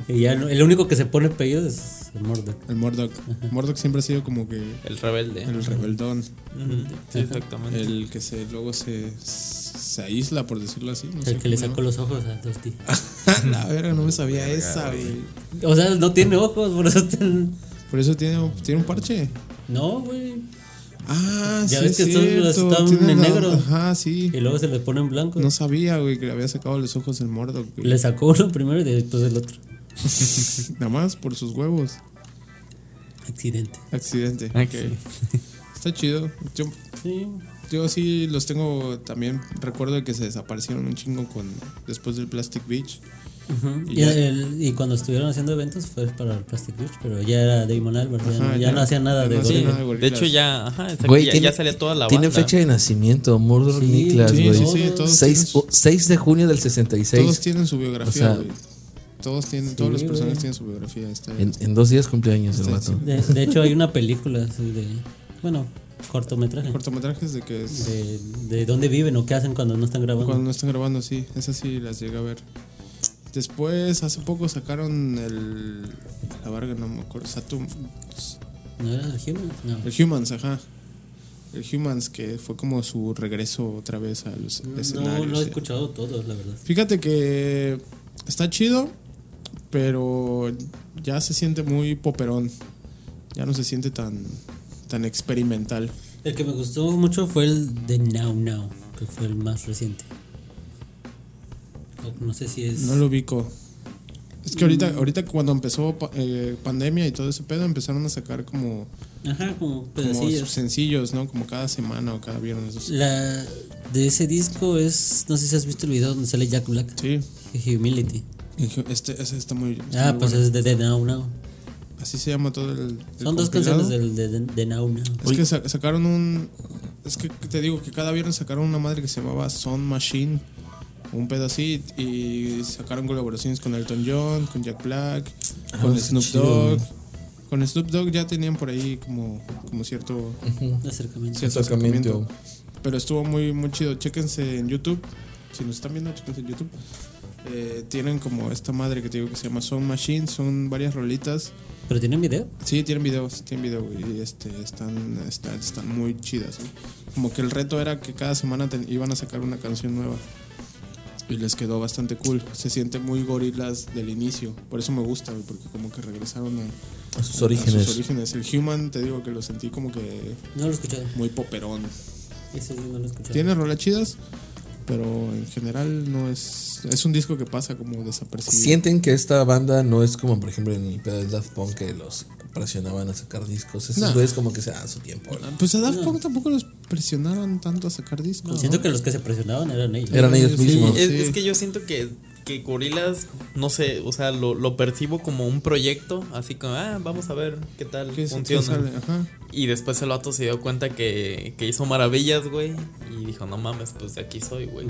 B: y ya no- el único que se pone pedido es el Mordor.
C: El Mordok. Mordok siempre ha sido como que
E: El rebelde.
C: el rebeldón,
E: Ujú, sí, exactamente.
C: el que se luego se, se aísla, por decirlo así. No sé
B: El que le
C: cómo,
B: sacó los ojos a Dusty.
C: ¿no? La verga, no me sabía esa, güey.
B: O sea, no tiene ojos, por eso está en-
C: Por eso tiene, tiene un parche.
B: No, güey.
C: Ah,
B: Ya
C: sí.
B: ves
C: es
B: que son-
C: cierto.
B: estaban
C: Tiene
B: en
C: la-
B: negro.
C: Ajá, sí.
B: Y luego se les pone en blanco.
C: No sabía, güey, que le había sacado los ojos el Mordok, güey.
B: Le sacó uno primero y después el otro.
C: Nada más por sus huevos.
B: Accidente.
C: Accidente.
E: Ah,
C: Ok.
E: sí.
C: Está chido. Yo,
B: Sí.
C: yo sí los tengo también. Recuerdo que se desaparecieron un chingo con después del Plastic Beach.
B: Ujú.
C: Y
B: Y,
C: ya-
B: el- y cuando estuvieron haciendo eventos fue para el Plastic Beach, pero ya era Damon Albert. Ya,
C: Ajá,
B: no- ya
C: ya-
B: no hacía nada
C: ya
B: de
C: no hacía
B: Gorillaz.
C: nada de
E: De
C: Gorillaz.
E: hecho ya, ajá, exacto,
D: Güey,
E: ya,
D: tiene-
E: ya salía toda la
D: Tienen
E: banda.
D: fecha de nacimiento, Mordor
B: Sí,
D: Niklas,
B: sí,
D: güey.
C: sí, sí, todos
D: 6,
C: tienen-
D: de junio del
C: Todos
D: 66.
C: tienen su biografía,
D: o sea,
C: güey. todos tienen,
B: sí,
C: todos los
B: güey.
C: personajes tienen su biografía. este, Está
D: En, en dos días cumpleaños el vato.
B: De, de hecho, hay una película así de. Bueno, cortometraje.
C: cortometrajes de que es-
B: de, de dónde viven o qué hacen cuando no están grabando.
C: cuando no están grabando, sí, esas sí las llegué a ver. Después, hace poco sacaron el. La verga, no me acuerdo. Saturn.
B: ¿No era el Human? No.
C: El Humans, ajá. El Humans, que fue como su regreso otra vez a los
B: No
C: escenarios.
B: lo he
C: ya.
B: escuchado todo, la verdad.
C: Fíjate que está chido, pero ya se siente muy poperón. Ya no se siente tan, tan experimental.
B: El que me gustó mucho fue el de Now Now, que fue el más reciente. O No sé si es.
C: No lo ubico.
B: Mm.
C: Es que ahorita, ahorita cuando empezó pa- eh, pandemia y todo ese pedo, empezaron a sacar como
B: Ajá, como
C: Como
B: pedacillos.
C: sencillos, ¿no? Como cada semana o cada viernes.
B: La de ese disco es, no sé si has visto el video donde sale Jack Black,
C: Sí.
B: Humility.
C: Este, ese está muy. está
B: Ah,
C: muy
B: pues
C: bueno.
B: es de The Now Now.
C: Así se llama todo el. el
B: Son dos
C: compilado.
B: canciones del de, de, de Now Now.
C: Es que sa- sacaron un. Es que te digo que cada viernes sacaron una madre que se llamaba Sound Machine. Un pedacito. Y sacaron colaboraciones con Elton John, con Jack Black, con Snoop Dogg. Con Snoop Dogg ya tenían por ahí como, como cierto,
B: Acercamiento.
C: cierto
D: Acercamiento.
C: acercamiento. Pero estuvo muy, muy chido. Chéquense en YouTube. Si nos están viendo, chéquense en YouTube. Eh, tienen como esta madre que te digo que se llama Sound Machine. Son varias rolitas.
B: Pero tienen video.
C: Sí, tienen video, sí, tienen video, güey, Y este, están, están, están muy chidas, güey. Como que el reto era que cada semana ten- iban a sacar una canción nueva. Y les quedó bastante cool. Se siente muy gorilas del inicio. Por eso me gusta, güey, porque como que regresaron a,
D: A sus
C: a
D: orígenes.
C: sus orígenes. El Human, te digo que lo sentí como que
B: No lo he escuchado.
C: muy poperón.
B: Ese sí no lo he escuchado.
C: Tiene rolas chidas, pero en general no es. Es un disco que pasa como desapercibido.
D: Sienten que esta banda no es como, por ejemplo, en el pedo de Daft Punk que los presionaban a sacar discos. Esos
C: No.
D: güeyes como que se dan su tiempo. ¿no?
C: Pues a Daft Punk tampoco los presionaron tanto a sacar discos.
B: Siento que los que se presionaban eran ellos.
D: Eran ellos
C: Sí,
D: mismos.
E: Es,
C: Sí.
E: es que yo siento que, que Gorilas, no sé, o sea, lo, lo percibo como un proyecto, así como, ah, vamos a ver qué tal
C: ¿Qué es- qué
E: funciona.
C: sale? Ajá.
E: Y después el vato se dio cuenta que, que hizo maravillas, güey, y dijo, no mames, pues de aquí soy, güey.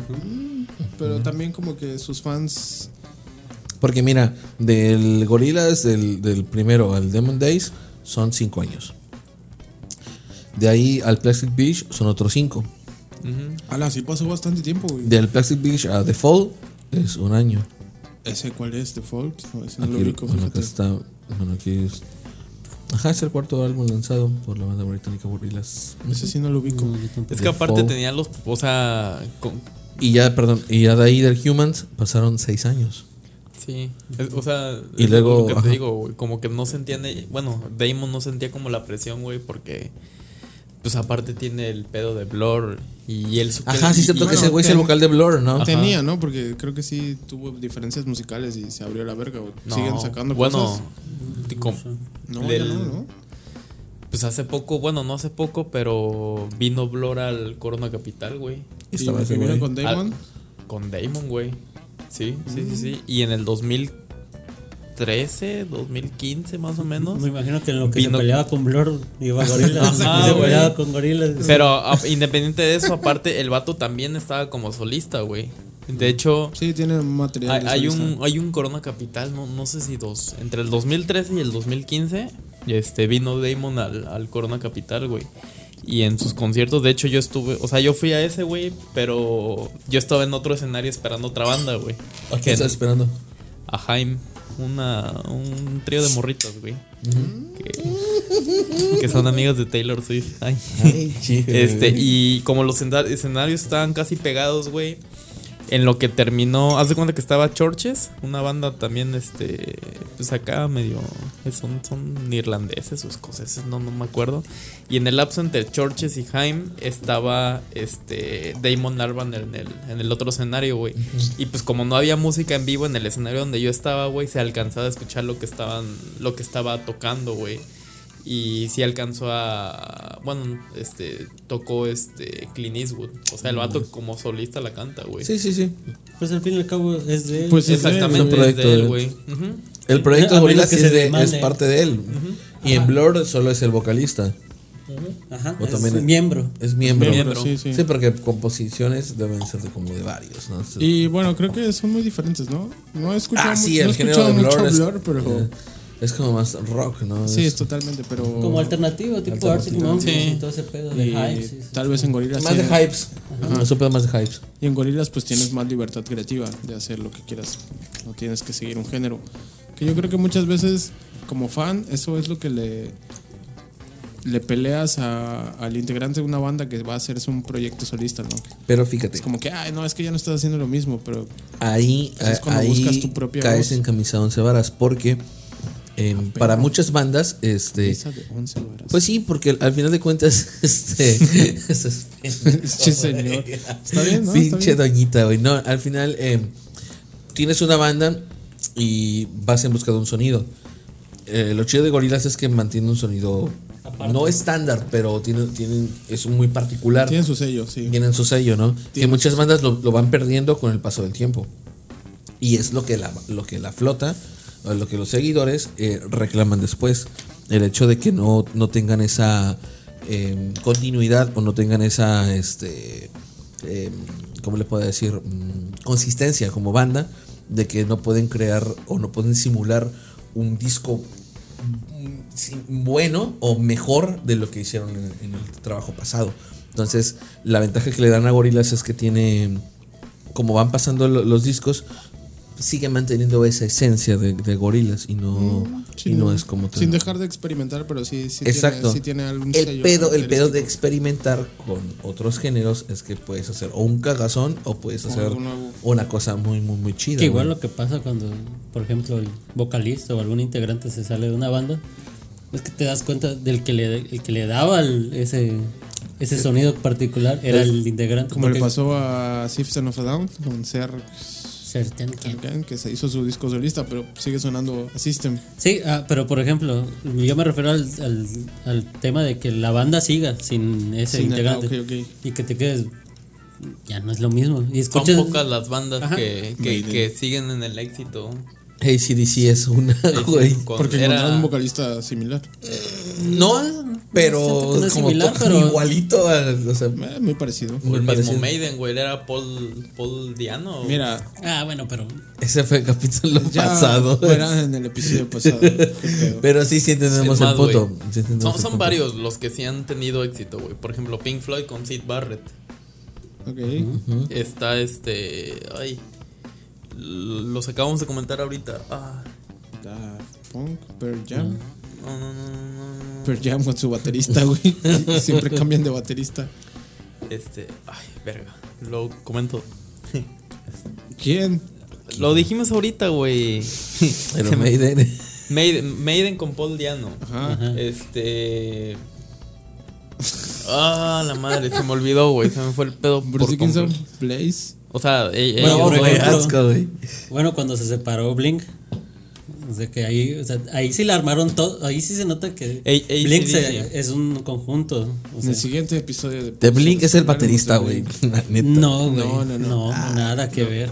C: Pero también como que sus fans...
D: Porque mira, del Gorilas, del, del primero al Demon Days, son cinco años. De ahí al Plastic Beach son otros cinco.
C: Ala, sí pasó bastante tiempo, güey.
D: Del Plastic Beach a The Fall es un año.
C: ¿Ese cuál es? ¿The Folk? No, ese no lo
D: Aquí-
C: ubico,
D: bueno, acá
C: fíjate.
D: está. Bueno, aquí es. Ajá, es el cuarto álbum lanzado por la banda británica Gorillaz.
C: Ese sí no lo ubico.
E: Es
D: The
E: que aparte
D: Fall.
E: tenía los, o sea, con-
D: Y ya, perdón, y ya de ahí del Humans pasaron seis años.
E: sí, es- o sea,
D: Y
E: es
D: luego,
E: lo que te
D: ajá.
E: digo, güey, como que no se entiende, bueno, Damon no sentía como la presión, güey, porque... Pues aparte tiene el pedo de Blur y él...
D: Ajá, sí,
E: y-
D: cierto que
E: y-
D: ese güey es el vocal de Blur, ¿no?
C: Tenía, ¿no? Porque creo que sí tuvo diferencias musicales y se abrió la verga. güey.
E: No,
C: Siguen sacando
E: bueno,
C: cosas.
E: ti- com-
C: No, ya
E: del-
C: no, ¿no?
E: Pues hace poco, bueno, no hace poco, pero vino Blur al Corona Capital, güey.
D: Y estaba
C: Y
D: ese
C: vinieron
D: güey.
C: con Damon.
E: Al- con Damon, güey. Sí, sí, sí, sí. Y en el 2013, 2015 más o menos.
B: Me imagino que en lo que
E: Vino-
B: se peleaba con Blur iba a gorilas.
E: Ajá,
B: se
E: güey.
B: peleaba con gorilas.
E: Pero a- independiente de eso, aparte, el vato también estaba como solista, güey. De hecho,
C: Sí, tiene material.
E: Hay,
C: de
E: hay
C: solista.
E: un, hay un Corona Capital, no, no sé si dos. Entre el 2013 y el 2015, este, vino Damon al, al Corona Capital, güey. Y en sus conciertos, de hecho, yo estuve. O sea, yo fui a ese, güey, pero yo estaba en otro escenario esperando otra banda, güey.
D: ¿A quién estás esperando?
E: A Jaime, una, un trío de morritos, güey. que, que son amigos de Taylor Swift. Ay. Este, y como los enda- escenarios estaban casi pegados, güey. En lo que terminó, haz de cuenta que estaba Churches, una banda también, este, pues acá medio, son, son irlandeses o escoceses, no, no me acuerdo. Y en el lapso entre Churches y Haim estaba, este, Damon Albarn en el, en el otro escenario, güey. Y pues como no había música en vivo en el escenario donde yo estaba, güey, se alcanzaba a escuchar lo que estaban, lo que estaba tocando, güey. Y sí alcanzó a. Bueno, este. Tocó este. Clint Eastwood. O sea, el vato como solista la canta, güey.
D: Sí, sí, sí.
B: Pues al fin y al cabo es de.
C: Pues sí,
E: Exactamente,
D: es un proyecto
E: es de él,
D: de-
E: güey. Ujú.
D: El proyecto
B: A menos
D: Gorillaz
B: que
D: es,
B: se
D: de-
B: demande.
D: es parte de él. Y en Blur solo es el vocalista.
B: Ajá,
D: O
B: es
D: también-
B: un miembro.
D: Es miembro.
E: Miembro.
C: Sí, sí.
D: Sí, porque composiciones deben ser de como de varios, ¿no?
C: Y bueno, creo que son muy diferentes, ¿no? No he escuchado,
D: ah, sí,
C: mu- no
D: el
C: he
D: género de
C: escuchado
D: Blur,
C: mucho
D: es,
C: Blur, pero...
D: eh, es como más rock, ¿no?
C: Sí, es
D: Es
C: totalmente, pero...
B: Como alternativo, tipo Arctic Monkeys y todo ese pedo de
C: Oh, y
B: Hives. sí, sí.
C: tal vez en Gorillaz...
D: más de
C: sí.
D: hypes. Es un pedo más de hypes.
C: Y en gorilas pues tienes más libertad creativa de hacer lo que quieras. No tienes que seguir un género. Que yo creo que muchas veces como fan eso es lo que le, le peleas a- al integrante de una banda que va a hacerse un proyecto solista, ¿no?
D: Pero fíjate,
C: Es como que, ay, no, es que ya no estás haciendo lo mismo, pero
D: ahí,
C: Pues es
D: a-
C: cuando
D: ahí
C: buscas tu propia
D: caes
C: voz. Ah,
D: en camisa once varas porque em, para muchas bandas, este...
C: esa de 11 varas.
D: Pues sí, porque al final de cuentas, este. eso es
C: Sí, señor. Está bien, ¿no? Está
D: Pinche
C: bien.
D: doñita, güey. No, al final eh, tienes una banda y vas en busca de un sonido. Eh, lo chido de Gorilas es que mantiene un sonido
B: Aparte.
D: No estándar, pero tienen, tienen, es muy particular.
C: Tienen su sello, sí.
D: tienen su sello, ¿no? Que muchas bandas lo, lo van perdiendo con el paso del tiempo. Y es lo que la, lo que la flota, o lo que los seguidores eh, reclaman después. El hecho de que no, no tengan esa eh, continuidad o no tengan esa, este, eh, ¿cómo le puedo decir? Mm, Consistencia como banda, de que no pueden crear o no pueden simular un disco sí, bueno o mejor de lo que hicieron en, en el trabajo pasado. Entonces, la ventaja que le dan a Gorilas es que tiene, como van pasando lo- los discos, sigue manteniendo esa esencia de, Gorilas y no,
C: Sí,
D: y no es como
C: Mm, Sin
D: tan-
C: dejar de experimentar, pero sí, sí
D: Exacto.
C: tiene, sí tiene algún
D: el
C: sello este
D: pedo, el pedo de
C: característico.
D: experimentar con otros géneros es que puedes hacer o un cagazón o puedes hacer
C: algo nuevo.
D: una cosa muy, muy, muy chida.
B: Que igual
D: güey.
B: lo que pasa cuando, por ejemplo, el vocalista o algún integrante se sale de una banda, es que te das cuenta del que le, el que le daba el- ese, ese sonido particular era el integrante.
C: Como le
B: porque-
C: pasó a System of a Down con Ser
B: Certain que-
C: Serkan, que se hizo su disco solista, pero sigue sonando a System.
B: Sí, ah, pero por ejemplo, yo me refiero al, al, al tema de que la banda siga sin ese
C: Sin el-
B: integrante.
C: ah, ok, ok.
B: Y que te quedes. Ya no es lo mismo. Y
E: Son
B: escuches.
E: pocas las bandas que, que- que siguen en el éxito.
D: ACDC es una, güey.
E: Con-
C: Porque
E: era-
C: encontraron un vocalista similar.
D: No,
B: siento
D: pero
B: que no es
D: como
B: similar,
D: tocan
B: pero-
D: igualito. a- o sea,
C: Eh, muy parecido.
E: o el
D: muy
E: mismo
D: parecido.
E: Maiden, güey, era Paul, Paul Diano.
C: Mira,
B: Ah, bueno, pero.
D: Ese fue el capítulo
C: ya
D: pasado.
C: Era en el episodio pasado. Qué pedo.
D: Pero sí, sí entendemos
E: Es
D: el
E: más,
D: punto.
E: güey,
D: Sí entendemos
E: Son,
D: el
E: son
D: punto.
E: varios los que sí han tenido éxito, güey. Por ejemplo, Pink Floyd con Sid Barrett.
C: Ok.
E: Está este. Ay. Los acabamos de comentar ahorita. Ah,
C: Daft Punk, Pearl Jam.
E: no, no, no, no, no.
C: Pearl Jam con su baterista, güey. Sie- Siempre cambian de baterista.
E: Este. Ay, verga. Lo comento.
C: ¿Quién?
E: Lo dijimos ahorita, güey.
D: Pero Maiden.
E: Maiden, Maiden con Paul Diano. Este. Ah, la madre, se me olvidó, güey. Se me fue el pedo. por
C: Bruce Dickinson,
E: completo.
C: Blaze.
E: O sea, e- ey, ey,
B: Bueno,
E: o
B: por
E: sea,
D: Güey,
B: ejemplo,
D: asco, güey.
B: Bueno, cuando se separó Blink. O sea que ahí, o sea, ahí sí la armaron todo. Ahí sí se nota que
E: Ey, ey,
B: Blink
E: sí,
B: se-
E: sí.
B: es un conjunto. o
C: En el
B: sea,
C: siguiente episodio de
D: The Blink es el baterista, güey. La neta.
B: no, güey,
C: No, no,
B: no,
C: no.
B: nada que ver.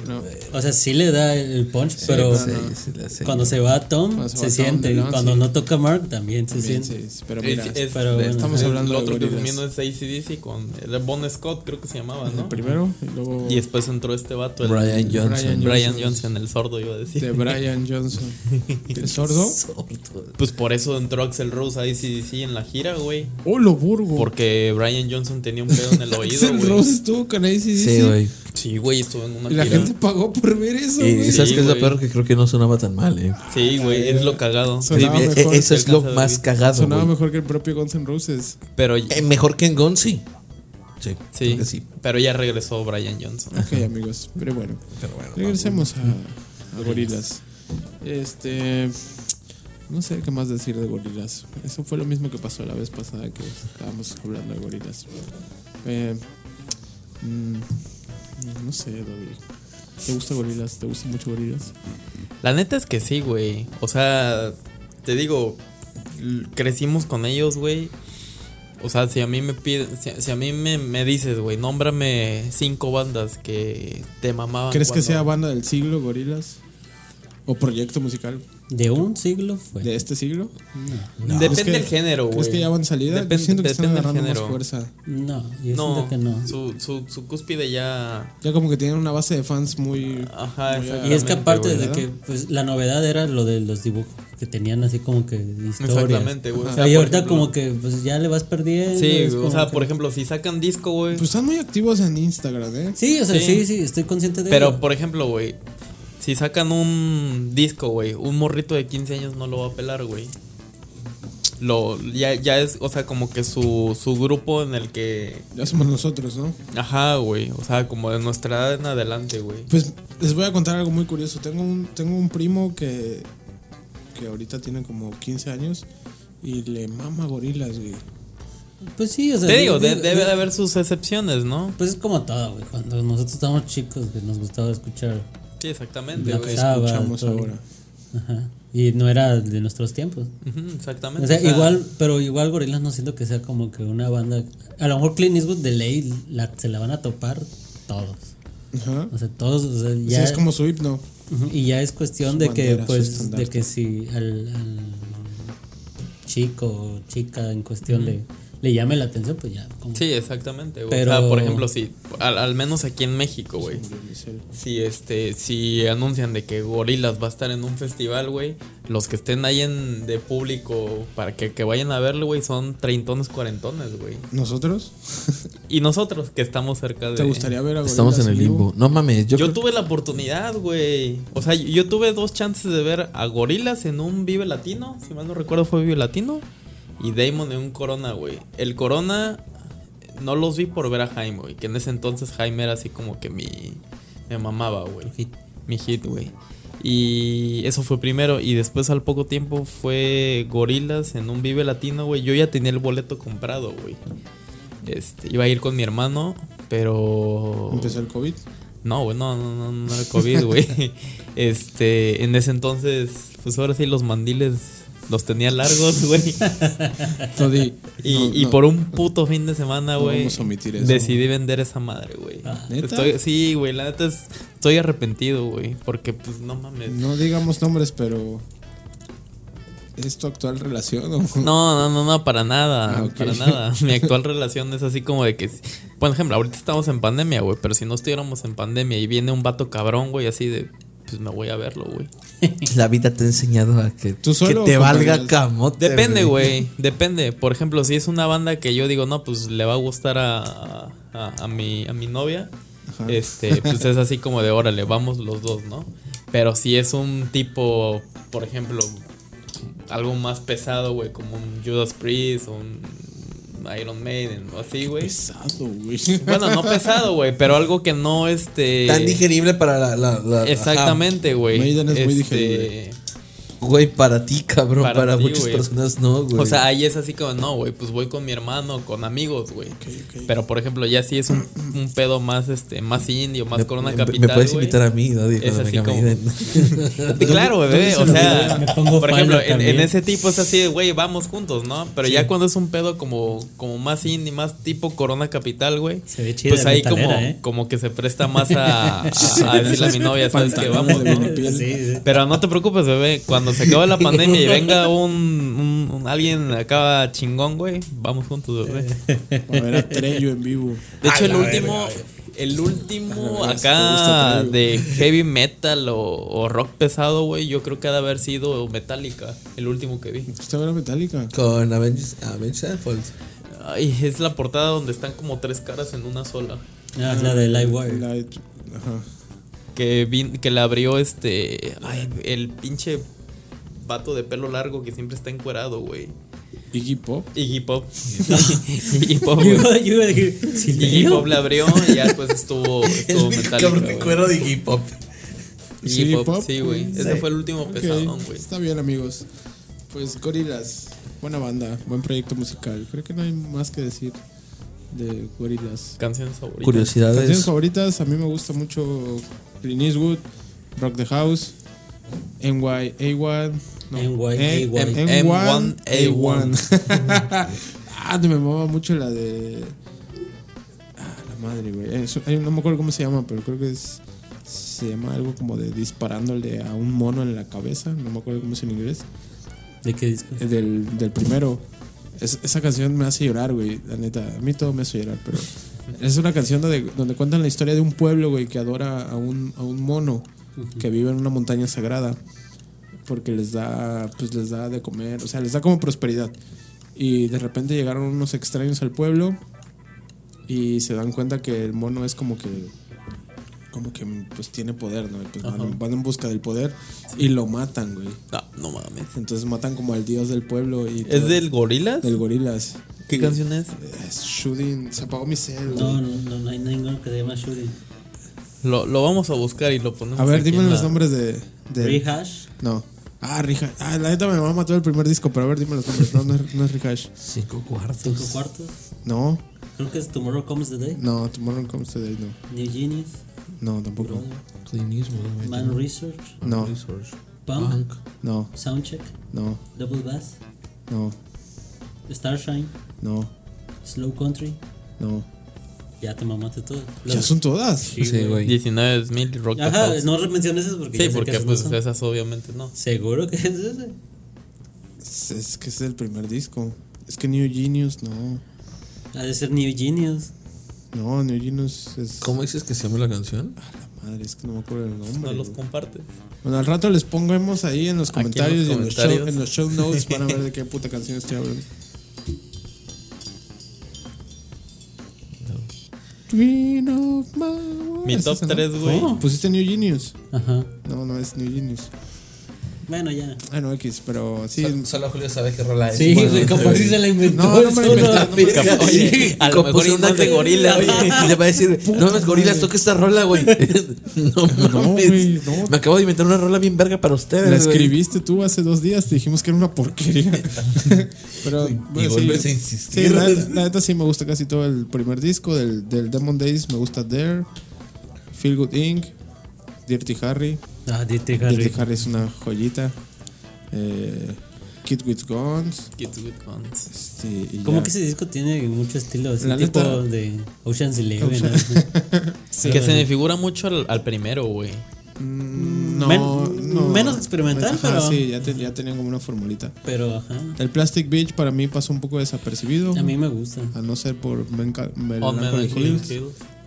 B: O sea, sí le da el punch, pero
D: Sí, sí, la sé.
B: cuando se va Tom
C: Cuando se
B: se,
C: va Tom
B: siente. y
C: DeLonge,
B: cuando
C: sí.
B: no toca Mark también se
C: Bien,
B: siente.
C: sí, sí, pero
E: es-
C: mira,
E: es-
B: pero bueno.
C: estamos
E: el
C: hablando de
E: otro que
C: gorilas.
E: comiendo es ACDC con el Bon Scott, creo que se llamaba,
C: el
E: ¿no?
C: primero y luego
E: Y después entró este vato, el
D: Brian
C: Brian
D: Johnson.
E: Brian Johnson, el sordo, iba a decir.
C: de Brian Johnson. El sordo.
E: Pues por eso entró Axel Rose a ACDC en la gira, güey.
C: Olo Oh, Burgo.
E: Porque Brian Johnson tenía un pedo en el oído,
C: Axl
E: güey.
C: Rose estuvo con ACDC.
D: Sí, güey.
E: Sí, güey, estuvo en una
C: Y la
E: gira.
C: gente pagó por ver eso,
D: Y
C: güey.
D: sabes
E: Sí,
D: que es lo
E: güey.
D: peor que creo que no sonaba tan mal, eh.
E: Sí, güey, es lo cagado.
C: Sonaba
D: Eh, eh,
C: mejor,
D: Eso es lo
E: Alcanza a
D: más
E: vivir.
D: cagado.
C: sonaba
D: güey.
C: mejor que el propio Guns N' Roses.
E: Pero
D: Eh, Mejor que en Gone, sí. Sí, creo
E: sí,
D: que sí.
E: pero ya regresó Brian Johnson.
C: Ok, amigos, pero bueno. Regresemos a, a Gorilas. Este. No sé qué más decir de Gorilas. Eso fue lo mismo que pasó la vez pasada que estábamos hablando de Gorilas. Eh, mm, no sé, Dobby. ¿Te gusta Gorilas? ¿Te gusta mucho Gorilas?
E: La neta es que sí, güey. O sea, te digo, l- crecimos con ellos, güey. O sea, si a mí me pide- si, si a mí me, me dices, güey, nómbrame cinco bandas que te mamaban.
C: ¿Crees que
E: cuando-
C: sea banda del siglo, Gorilas? ¿O proyecto musical
B: De un siglo
D: Pues
B: fue.
C: de este siglo?
E: Depende
C: ¿Crees que-
E: del género, güey.
C: ¿Crees que ya van salida? Yo
E: Depende-
C: siento que están
E: depende del
C: agarrando más
E: género.
C: fuerza.
B: No, yo
E: No,
B: siento que no.
E: Su, su, su cúspide ya.
C: Ya como que tienen una base de fans muy...
E: Ajá, exactamente,
B: Y es que aparte
E: güey.
B: de
C: ¿verdad?
B: que pues, la novedad era lo de los dibujos, que tenían así como que historias.
E: Exactamente, güey. O sea,
B: y
E: por
B: ahorita
E: ejemplo-
B: como que pues ya le vas perdiendo.
E: Sí,
B: es
E: güey, o
B: como
E: sea,
B: que-
E: por ejemplo, si sacan disco, güey.
C: Pues están muy activos en Instagram, ¿eh?
B: Sí, o sea,
E: Sí.
B: sí, sí, estoy consciente de
E: Pero,
B: ello.
E: por ejemplo, güey, si sacan un disco, güey, un morrito de 15 años no lo va a pelar, güey. Lo, ya, ya es, o sea, como que su, su grupo en el que.
C: Ya somos nosotros, ¿no?
E: Ajá, güey. O sea, como de nuestra edad en adelante, güey.
C: Pues les voy a contar algo muy curioso. Tengo un, tengo un primo que, que ahorita tiene como 15 años y le mama gorilas, güey.
B: Pues sí, o sea.
E: Te digo, de-
B: de-
E: debe
B: de-
E: de haber sus excepciones, ¿no?
B: Pues es como todo, güey. Cuando nosotros estábamos chicos, que nos gustaba escuchar.
E: Sí, exactamente,
B: Black
E: güey.
B: Sabbath,
C: Escuchamos
B: todo.
C: ahora.
B: Ajá. Y no era de nuestros tiempos.
E: Ujú, exactamente.
B: O sea,
E: o sea,
B: igual, pero igual Gorillaz no siento que sea como que una banda. A lo mejor Clint Eastwood de ley la, se la van a topar todos.
C: Ajá.
B: O sea, todos. o sea,
C: Sí,
B: ya,
C: es como su himno.
B: Ujú, Y ya es cuestión
C: Su
B: de que,
C: bandera, su
B: pues,
C: estandarte.
B: de que si al, al chico o chica en cuestión le, le llame la atención, pues ya. Como,
E: Sí, exactamente. güey.
B: Pero-
E: O sea, por ejemplo, si, al, al menos aquí en México, güey. Si este, si anuncian de que Gorilas va a estar en un festival, güey, los que estén ahí en de público para que, que vayan a verlo, güey, son treintones, cuarentones, güey.
C: ¿Nosotros?
E: Y nosotros que estamos cerca de
C: ¿Te gustaría ver a
D: Estamos en
C: Gorillaz
D: el limbo. No mames, yo,
E: Yo,
D: creo-
E: tuve la oportunidad, güey. O sea, yo, yo tuve dos chances de ver a Gorilas en un Vive Latino. Si mal no recuerdo, fue Vive Latino. Y Damon en un Corona, güey. El Corona no los vi por ver a Jaime, güey. Que en ese entonces Jaime era así como que mi. Me mamaba, güey. Mi hit, güey. Y eso fue primero. Y después, al poco tiempo, fue Gorilas en un Vive Latino, güey. Yo ya tenía el boleto comprado, güey. Este, iba a ir con mi hermano, pero.
C: Empezó el COVID.
E: No, güey, no, no, no, no era COVID, güey. Este, en ese entonces, pues ahora sí los mandiles los tenía largos, güey.
C: Toddy,
E: Y,
C: no,
E: y
C: no.
E: por un puto fin de semana, güey.
C: vamos a omitir eso. Ah,
E: Decidí vender esa madre, güey.
C: ¿neta?
E: Estoy- sí, güey, la neta es, estoy arrepentido, güey. Porque, pues, no mames.
C: No digamos nombres, pero. ¿Es tu actual relación? o-
E: No, no, no, no, para nada,
C: Ah, ok.
E: para nada. Mi actual relación es así como de que, si- por ejemplo, ahorita estamos en pandemia, güey, pero si no estuviéramos en pandemia y viene un vato cabrón, güey, así de, pues me voy a verlo, güey.
D: la vida te ha enseñado a que,
C: ¿Tú solo
D: que te
C: o con
D: valga
C: varias?
D: camote.
E: Depende, güey. Depende. Por ejemplo, si es una banda que yo digo, no, pues le va a gustar a, a, a mi, a mi novia. Este, pues es así como de órale, vamos los dos, ¿no? Pero si es un tipo, por ejemplo, algo más pesado, güey, como un Judas Priest, un Iron Maiden, o así, güey.
C: Pesado, güey.
E: Bueno, no pesado, güey, pero algo que no este.
D: Tan digerible para la. la- la-
E: Exactamente, güey.
C: Maiden es muy
E: Este,
C: digerible.
D: ajá. Güey, para ti, cabrón. Para,
E: Para ti,
D: muchas
E: güey.
D: personas no, güey.
E: O sea, ahí es así como, no, güey, pues voy con mi hermano, con amigos, güey.
C: ok.
E: Pero por ejemplo, ya si es un, un pedo más este, más indio, más corona
D: me,
E: capital.
D: me puedes
E: güey.
D: invitar a mí, ¿no? Digo,
E: Es
D: cuando
E: así
D: venga
E: como-
D: Maiden.
E: Claro, bebé. O
B: lo
E: sea,
B: veo, me pongo
E: por
B: falda
E: ejemplo, en, en
B: también.
E: ese tipo es así, de, güey, vamos juntos, ¿no? Pero ya cuando es un pedo como, como más indie, más tipo corona capital, güey.
B: Se ve chida
E: Pues
B: la
E: ahí como,
B: metalera, ¿eh?
E: como que se presta más a, a- a decirle a mi novia, sabes que
C: Pantalones
E: vamos,
C: de
E: ¿no?
C: minipiel.
B: Sí, sí.
E: Pero no te preocupes, bebé. Cuando se acabe la pandemia y venga un, un- un- alguien acá chingón, güey, vamos juntos, bebé.
C: A ver a Trello en vivo.
E: De hecho, el último, el último
C: verga, te gusta
E: acá
C: traer,
E: de heavy metal o, o rock pesado, güey, yo creo que ha de haber sido Metallica, el último que vi.
C: ¿Usted verá Metallica?
D: Con Avengers, Avengers Sevenfold.
E: Ay, es la portada donde están como tres caras en una sola.
B: Ah, la de Livewire.
C: Light. Ajá.
E: Que, vi- que la abrió este. Ay, el pinche vato de pelo largo que siempre está encuerado, güey.
C: Iggy Pop.
E: Iggy Pop. Iggy Pop,
B: Yo
E: güey.
B: iba- yo iba a decir, ¿eh? ¿sí
E: Iggy
B: leo?
E: Pop la abrió y ya después estuvo, estuvo Metallica. güey.
D: de hip hop.
E: Iggy
C: Iggy
E: Pop,
C: Pop,
E: sí, güey.
C: güey.
E: Ese fue el último
C: Ok,
E: pesadón, güey.
C: Está bien, amigos. Pues Gorilas, buena banda, buen proyecto musical. Creo que no hay más que decir de Gorilas.
E: Canciones favoritas.
C: Canciones
D: Curiosidades.
C: favoritas, a mí me gusta mucho Clint Eastwood, Rock the House, NYA1. No,
B: NYA1.
C: eh, M1A1. ah, me mamaba mucho la de. Ah, la madre, güey. Es- eh, No me acuerdo cómo se llama, pero creo que es. Se llama algo como de disparándole a un mono en la cabeza. No me acuerdo cómo es en inglés.
B: ¿De qué disco?
C: Eh, Del, del primero. Es- esa canción me hace llorar, güey. La neta. A mí todo me hace llorar, pero. Es una canción donde, donde cuentan la historia de un pueblo, güey, que adora a un, a un mono que vive en una montaña sagrada. Porque les da, pues les da de comer, o sea, les da como prosperidad. Y de repente llegaron unos extraños al pueblo y se dan cuenta que el mono es como que como que pues tiene poder, ¿no? Y, pues, van, van en busca del poder y lo matan, güey.
E: No, Ah, no mames.
C: Entonces matan como al dios del pueblo y
E: ¿Es
C: todo-
E: del Gorilas?
C: del gorilas.
E: ¿Qué canción es?
C: Es shooting, se apagó mi cel.
B: No,
C: güey.
B: no, no, no hay ninguno que se llama Shuri.
E: Lo, lo vamos a buscar y lo ponemos.
C: A ver,
E: aquí
C: dime
E: en
C: los
E: la-
C: nombres de, de-
B: Rehash.
C: No. Ah, Rehash. Ah, la neta me mamá todo el primer disco, pero a ver, dime los nombres. No, no es, no es Rehash.
D: Cinco
B: Cinco
D: cuartos.
B: cuartos.
C: No,
B: Creo que es Tomorrow Comes the Day.
C: no, Tomorrow Comes Today, no.
B: New Genius.
C: No, tampoco.
D: Clinismo.
B: Man Research.
C: No.
B: Punk,
F: No,
B: Soundcheck,
F: no,
B: Double Bass,
F: no,
B: Starshine,
F: no,
B: Slow Country.
F: no.
B: Ya te mamaste todo. Los-
C: Ya son todas.
D: Sí, güey.
E: 19 mil rock
B: Ajá,
E: House.
B: no menciones eso
E: Sí,
B: porque. ya sé que
E: porque
B: esas no
E: pues
B: son.
E: esas obviamente no.
B: Seguro que es ese.
C: Es, es que es el primer disco. Es que New Genius, no.
B: Ha de ser New Genius.
C: No, New Genius es.
G: ¿Cómo dices que se llama la canción?
C: Madre, es que no me acuerdo el nombre.
E: No los
C: güey.
E: compartes.
C: Bueno, al rato les pongamos ahí en los
E: Aquí en los
C: comentarios, y en los, show,
E: comentarios.
C: en los show notes van a ver de qué puta canción estoy hablando. Dream of my world.
E: Mi
C: ¿Es
E: top
C: esa, no?
E: 3, güey.
C: ¿Cómo? Pusiste New Genius.
B: Ajá.
C: No, no es New Genius.
B: Bueno, ya.
C: Ah, no, X, pero sí.
D: Sol- Solo Julio sabe qué rola es.
B: Sí,
D: Bueno,
B: güey, capaz si se la inventó.
C: No, no me la
B: solo.
C: inventé, no me la
E: Capaz- Oye, a lo mejor
G: Compuso
E: y no
G: una
E: es de
G: que-
E: gorila,
G: Oye,
E: güey.
G: y le va a decir, no mames, gorilas, toca esta rola, güey. no
C: güey,
G: mames.
C: no.
G: Me acabo de inventar una rola bien verga para ustedes.
C: La
G: güey.
C: escribiste tú hace dos días, te dijimos que era una porquería. Pero bueno,
D: vuelves
C: sí,
D: a insistir.
C: Sí, la, neta- la neta sí me gusta casi todo el primer disco del, del Demon Days, me gusta Dare, Feel Good Inc., Dirty Harry.
B: Ah, dite, Harry.
C: Dirty Harry es una joyita. eh, Kid with Guns.
E: Kids with Guns.
C: este, y
B: Como
C: ya.
B: que ese disco tiene mucho estilo, así
C: La
B: tipo
C: neta-
B: de Ocean's Eleven.
C: Ocean-
B: ¿no?
E: que se me figura mucho al, al primero, güey.
C: Mm, No,
B: men-
C: no.
B: menos experimental,
C: Ajá,
B: pero-
C: Sí, ya, te- ya tenían como una formulita.
B: Pero ajá,
C: El Plastic Beach para mí pasó un poco desapercibido.
B: a mí Oh, me gusta.
C: A no ser por Menca-
E: On
C: Melancholy
E: Melancholy
C: Hills,
E: Hills.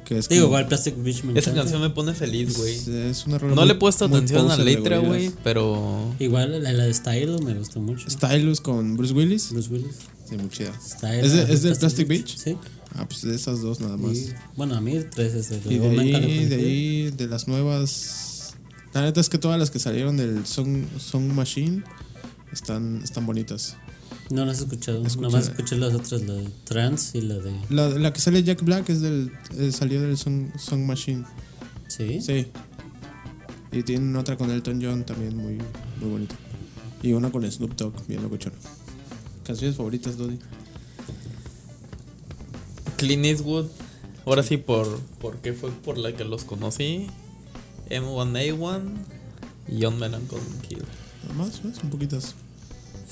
C: que es
B: Digo,
C: como-
B: igual Plastic Beach me
E: Esa
B: encanta.
E: canción me pone feliz, güey.
C: Es una rola
E: No
C: muy-
E: le he puesto
C: muy
E: atención a la
C: poser de
E: letra, güey,
C: gorilas.
E: pero
B: Igual la, la de Stylo me gustó mucho.
C: Stylus con Bruce Willis.
B: Bruce Willis.
C: Sí, muy chida.
B: Stylo,
C: ¿Es, de,
B: ajá,
C: es del Plastic Beach?
B: Sí.
C: Ah, pues de esas dos nada más.
B: Y, bueno, a mí tres es el
C: Y de ahí, de ahí, de las nuevas. La neta es que todas las que salieron del Song, Song Machine están, están bonitas.
B: No las he escuchado.
C: Escucha-
B: Nomás escuché las otras, la de Trans y la de.
C: La, la que sale Jack Black es del, eh, salió del Song, Song Machine.
B: Sí.
C: Sí. Y tienen otra con Elton John también muy, muy bonita. Y una con Snoop Dogg, bien locochona. ¿Canciones favoritas, Dodi?
E: Clint Eastwood. Ahora sí, por porque fue por la que los conocí. M1A1 y On Melancholy Hills.
C: Más, más, un poquitas.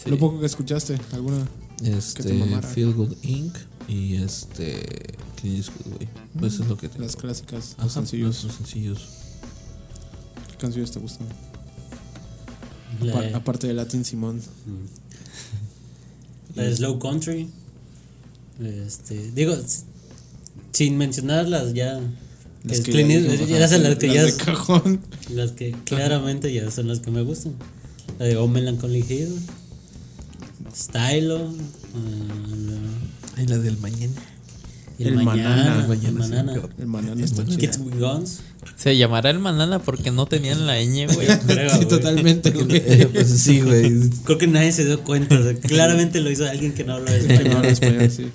E: Sí.
C: Lo poco que escuchaste, alguna. Que te
G: Este,
C: mamara.
G: Feel Good Inc. y este, Clint Eastwood, güey. Pues es lo que tengo.
C: Las clásicas,
G: Ajá,
C: los sencillos.
G: los sencillos.
C: ¿Qué canciones te gustan?
B: La,
C: Apar- aparte de Latin Simón.
B: la de Slow Country. Este, digo, s- sin mencionar las ya. que
C: Las
B: es
C: que
B: Clint
C: ya
B: Eastwood,
C: dijimos,
B: ya
C: ajá,
B: son las que ya
C: de cajón.
B: Las que claramente ya son las que me gustan. La de O Melancholy Hill, Stylo, eh,
G: En la del mañana.
B: El,
C: El Manana,
B: Mañana, pues,
C: el
B: El Manana,
C: El banana está chido.
B: Kids with Guns.
E: Se llamará el Manana porque no tenían la ñ, güey.
B: creo,
C: Sí,
B: güey.
C: totalmente, güey.
G: Eh, pues sí, güey.
B: Creo que nadie se dio cuenta. o sea, claramente lo hizo alguien que no hablaba
C: No,
B: español.
C: en español, sí.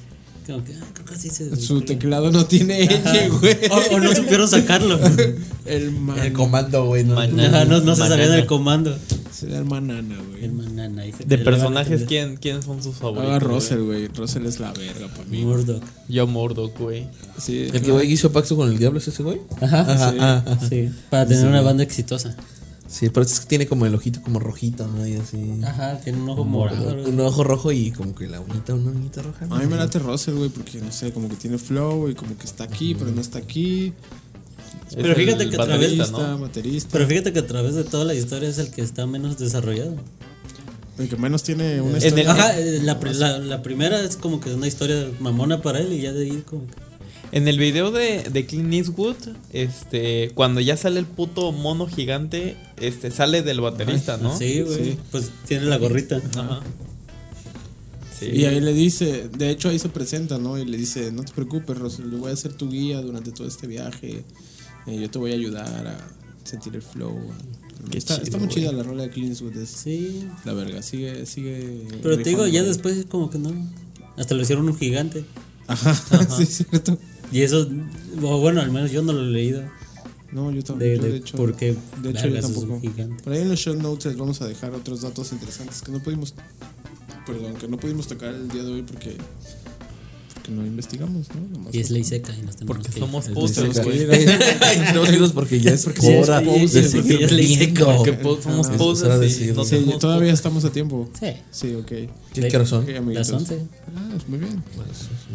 B: Como que, ah, creo que así se.
C: Su teclado no tiene N, güey.
B: O, o no supieron sacarlo.
C: El
D: El
C: man.
D: comando, güey. ¿no?
B: Ajá, no, no se
E: Manana.
B: sabían el comando.
C: Será el manana, güey.
B: El Manana. ahí se-
E: De
B: le van a
E: personajes,
B: tener.
E: ¿quién, ¿quiénes son sus favoritos?
C: Ah,
E: güey?
C: Russell, güey. Russell es la verga para mí.
B: Murdoch.
E: Yo Murdoch, güey.
C: Sí.
G: El que güey hizo pacto con el diablo es ese güey.
B: Ajá, sí. Para tener una banda exitosa.
G: Sí, pero este es que tiene como el ojito como rojito, ¿no? Y así.
B: Ajá, tiene un ojo morado. algo así.
G: Un ojo rojo y como que la uñita, una uñita roja. ¿no?
C: A mí me late Russell, güey, porque no sé, como que tiene flow y como que está aquí, pero no está aquí.
B: Pero fíjate que a través-
E: baterista,
C: Baterista,
E: ¿no?
C: baterista.
B: Pero fíjate que a través de toda la historia es el que está menos desarrollado.
C: El que menos tiene una
E: En el-
C: historia.
B: Ajá, eh, la, pri- la- la primera es como que es una historia mamona para él y ya de ahí como que...
E: En el video de, de Clint Eastwood, este, cuando ya sale el puto mono gigante, este, sale del baterista, ¿no?
B: Ah, Sí, güey. Pues tiene la gorrita.
E: Ajá. Sí.
C: Y ahí le dice, de hecho ahí se presenta, ¿no? Y le dice, no te preocupes, Russell, yo voy a ser tu guía durante todo este viaje. Eh, yo te voy a ayudar a sentir el flow. a- Está, está muy chida la rola de Clint Eastwood, es
B: Sí.
C: la verga. Sigue, sigue.
B: Pero te digo,
C: rifando,
B: ya
C: güey.
B: después es como que no. Hasta lo hicieron un gigante.
C: Ajá, sí, es cierto.
B: Y eso, o bueno, al menos yo no lo he leído.
C: No, yo tampoco.
B: De-
C: yo,
B: de por qué
C: De hecho, yo
B: vergas es un
C: tampoco.
B: gigante.
C: Por ahí en los show notes les vamos a dejar otros datos interesantes que no pudimos. Perdón, que no pudimos tocar el día de hoy porque. porque porque no investigamos, ¿no? Nomás
B: Y es ley seca y nos tenemos
E: Porque
B: que ir.
E: somos
D: Tenemos
E: posers,
D: que
E: güey.
D: irnos porque ya es
B: Sí, es
D: hora
B: que-
D: de
B: sí, porque
D: seguir
B: ya le hice
D: viendo.
B: como
E: Que po- somos
C: Ah,
D: no, es
E: posers
D: hora de
E: y
D: decirlo.
E: no
C: Sí,
E: tenemos
C: todavía estamos a tiempo.
B: Sí.
C: Sí, ok.
D: ¿Qué qué razón?
C: Ok, amiguitos.
B: Las 11.
C: Ah, pues muy bien.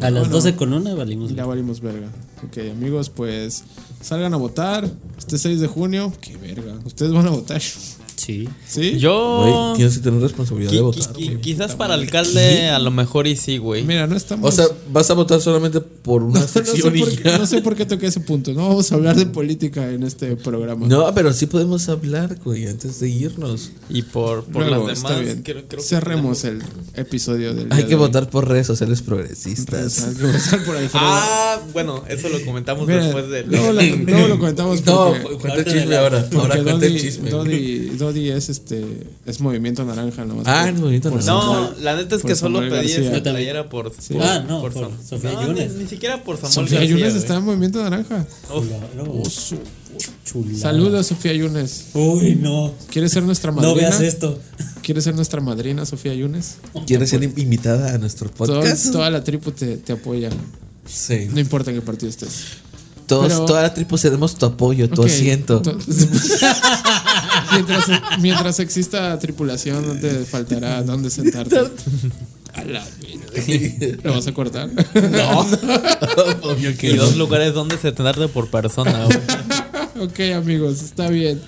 B: A las
C: Bueno.
B: 12 con una valimos.
C: Y ya valimos verga. Ok, amigos, pues salgan a votar. Este 6 de junio. Qué verga. Ustedes van a votar.
B: Sí.
C: ¿Sí?
E: Yo.
D: Güey, tienes que tener responsabilidad
E: qui-
D: de
E: qui-
D: votar.
E: qui- quizás para alcalde, a lo mejor y sí, güey.
C: Mira, no estamos.
D: O sea, vas a votar solamente por una
C: no, sé
D: sección
C: por
D: y
C: qué,
D: ya.
C: no sé por qué toqué ese punto. No vamos a hablar de política en este programa.
D: No, pero sí podemos hablar, güey, antes de irnos.
E: Y por, por
C: Luego,
E: las
C: está
E: demás,
C: bien.
E: creo, creo que
C: Cerremos el episodio del. día
D: Hay que
C: de hoy.
D: votar por redes sociales progresistas.
C: Hay que votar por Alfredo.
E: Ah, bueno, eso lo comentamos
C: Mira,
E: después del.
C: luego, la- luego lo comentamos
D: No,
C: porque,
D: cu- cuenta el chisme ahora.
C: porque
D: Ahora cuenta el
C: Dodi,
D: chisme.
C: Dodi, Dodi es este es movimiento naranja nomás.
D: Ah,
C: por-
D: el movimiento
C: por
D: naranja.
E: No,
C: Samuel.
E: la neta es
C: Por
E: que solo
C: Samuel
E: pedí
C: García.
E: esa
C: Yo
B: también.
E: playera por,
C: Sí.
E: por-
B: Ah, no, por
E: Sam-
B: Sofía
E: no,
B: Yunes.
E: Ni, ni siquiera por Samuel
C: Sofía
E: García,
C: Yunes
E: güey.
C: está en movimiento naranja.
E: Uf,
B: Claro. Chulada.
C: Saludos, Sofía Yunes.
B: Uy, no.
C: ¿Quieres ser nuestra
B: No
C: madrina?
B: veas esto.
C: ¿Quieres ser nuestra madrina, Sofía Yunes?
D: ¿Quieres ser invitada a nuestro
C: Todo-
D: podcast?
C: toda la tribu te, te apoya.
D: Sí.
C: No importa en qué partido estés.
D: Todos,
C: Pero-
D: toda la tribu seremos tu apoyo, tu
C: Ok,
D: asiento.
C: to- mientras, mientras exista tripulación, no te faltará dónde sentarte. A la verga. ¿Lo vas a cortar?
D: Obvio
E: y dos lugares donde se tarde por persona, güey.
C: Ok, amigos, está bien.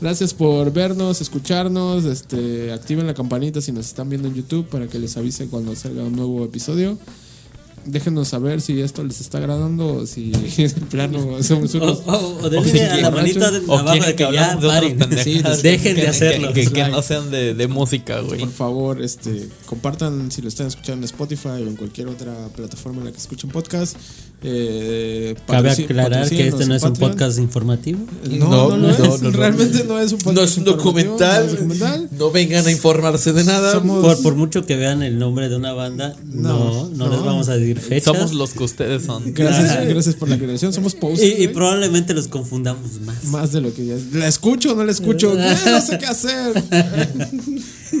C: Gracias por vernos, escucharnos. Este, activen la campanita si nos están viendo en YouTube para que les avise cuando salga un nuevo episodio. Déjenos saber si esto les está agradando o si en plano somos
B: O,
C: unos.
B: o- o denle a la manita de
E: O
B: abajo de
E: quieren que
B: que ya
E: hablamos de otros
B: paren.
E: pendejadas.
B: Dejen
E: Que-
B: de hacerlo.
E: Que, que- que no sean de, de música, güey.
C: Por favor, este, compartan si lo están escuchando en Spotify o en cualquier otra plataforma en la que escuchen podcast. Eh,
B: Cabe
C: patrocin-
B: aclarar que
C: patrocínenos
B: este
C: en
B: no es un
C: Patreon.
B: podcast informativo.
C: No, no, lo es.
D: no, no, no.
C: Realmente no es un podcast.
D: No es un
C: informativo,
D: documental.
C: no es un documental.
D: No vengan a informarse de nada.
C: Somos-
B: Por, por mucho que vean el nombre de una banda, no, no, les vamos a decir fecha.
E: Somos los que ustedes son.
C: Gracias, gracias por la aclaración. Somos post.
B: y, y probablemente los confundamos más.
C: Más de lo que ya es. ¿La escucho o no la escucho? Ya no sé qué hacer.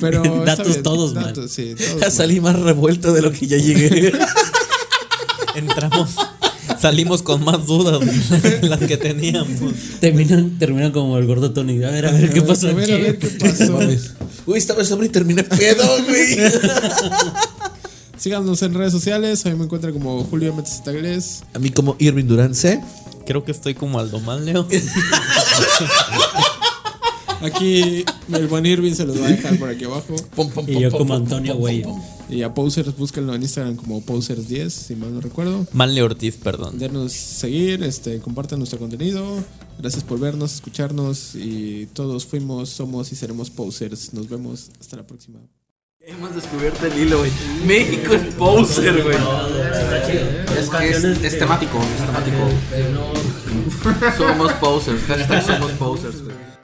C: Pero. está
B: Datos
C: bien.
B: todos mal.
C: Datos, sí, todos
D: Ya
C: mal.
D: salí más revuelto de lo que ya llegué.
E: Entramos. Salimos con más dudas de las que teníamos.
B: Terminan, terminan como el gordo Tony. A ver, a ver qué pasó.
C: A ver, a
B: aquí?
C: ver qué pasó.
D: Uy, estaba sobre y terminé pedo, güey.
C: Síganos en redes sociales. A mí me encuentran como Julio Metes Taglés.
D: A mí como Irving Durán C.
E: Creo que estoy como Aldomán, Leo.
C: Aquí el buen Irving se los va a dejar por aquí abajo.
D: Pom, pom,
B: Y
D: pom,
B: yo
D: pom,
B: como
D: pom,
B: Antonio
D: pom, pom,
B: Güey.
D: pom, pom.
C: Y a Posers, búsquenlo en Instagram como Posers10, si mal no recuerdo.
E: Manle Ortiz, perdón.
C: Denos seguir, este, compartan nuestro contenido. Gracias por vernos, escucharnos y todos fuimos, somos y seremos posers. Nos vemos hasta la próxima.
A: Hemos descubierto el hilo, güey. México es poser, güey. Es que es, es temático, es temático. Somos posers, hashtag somos posers, güey.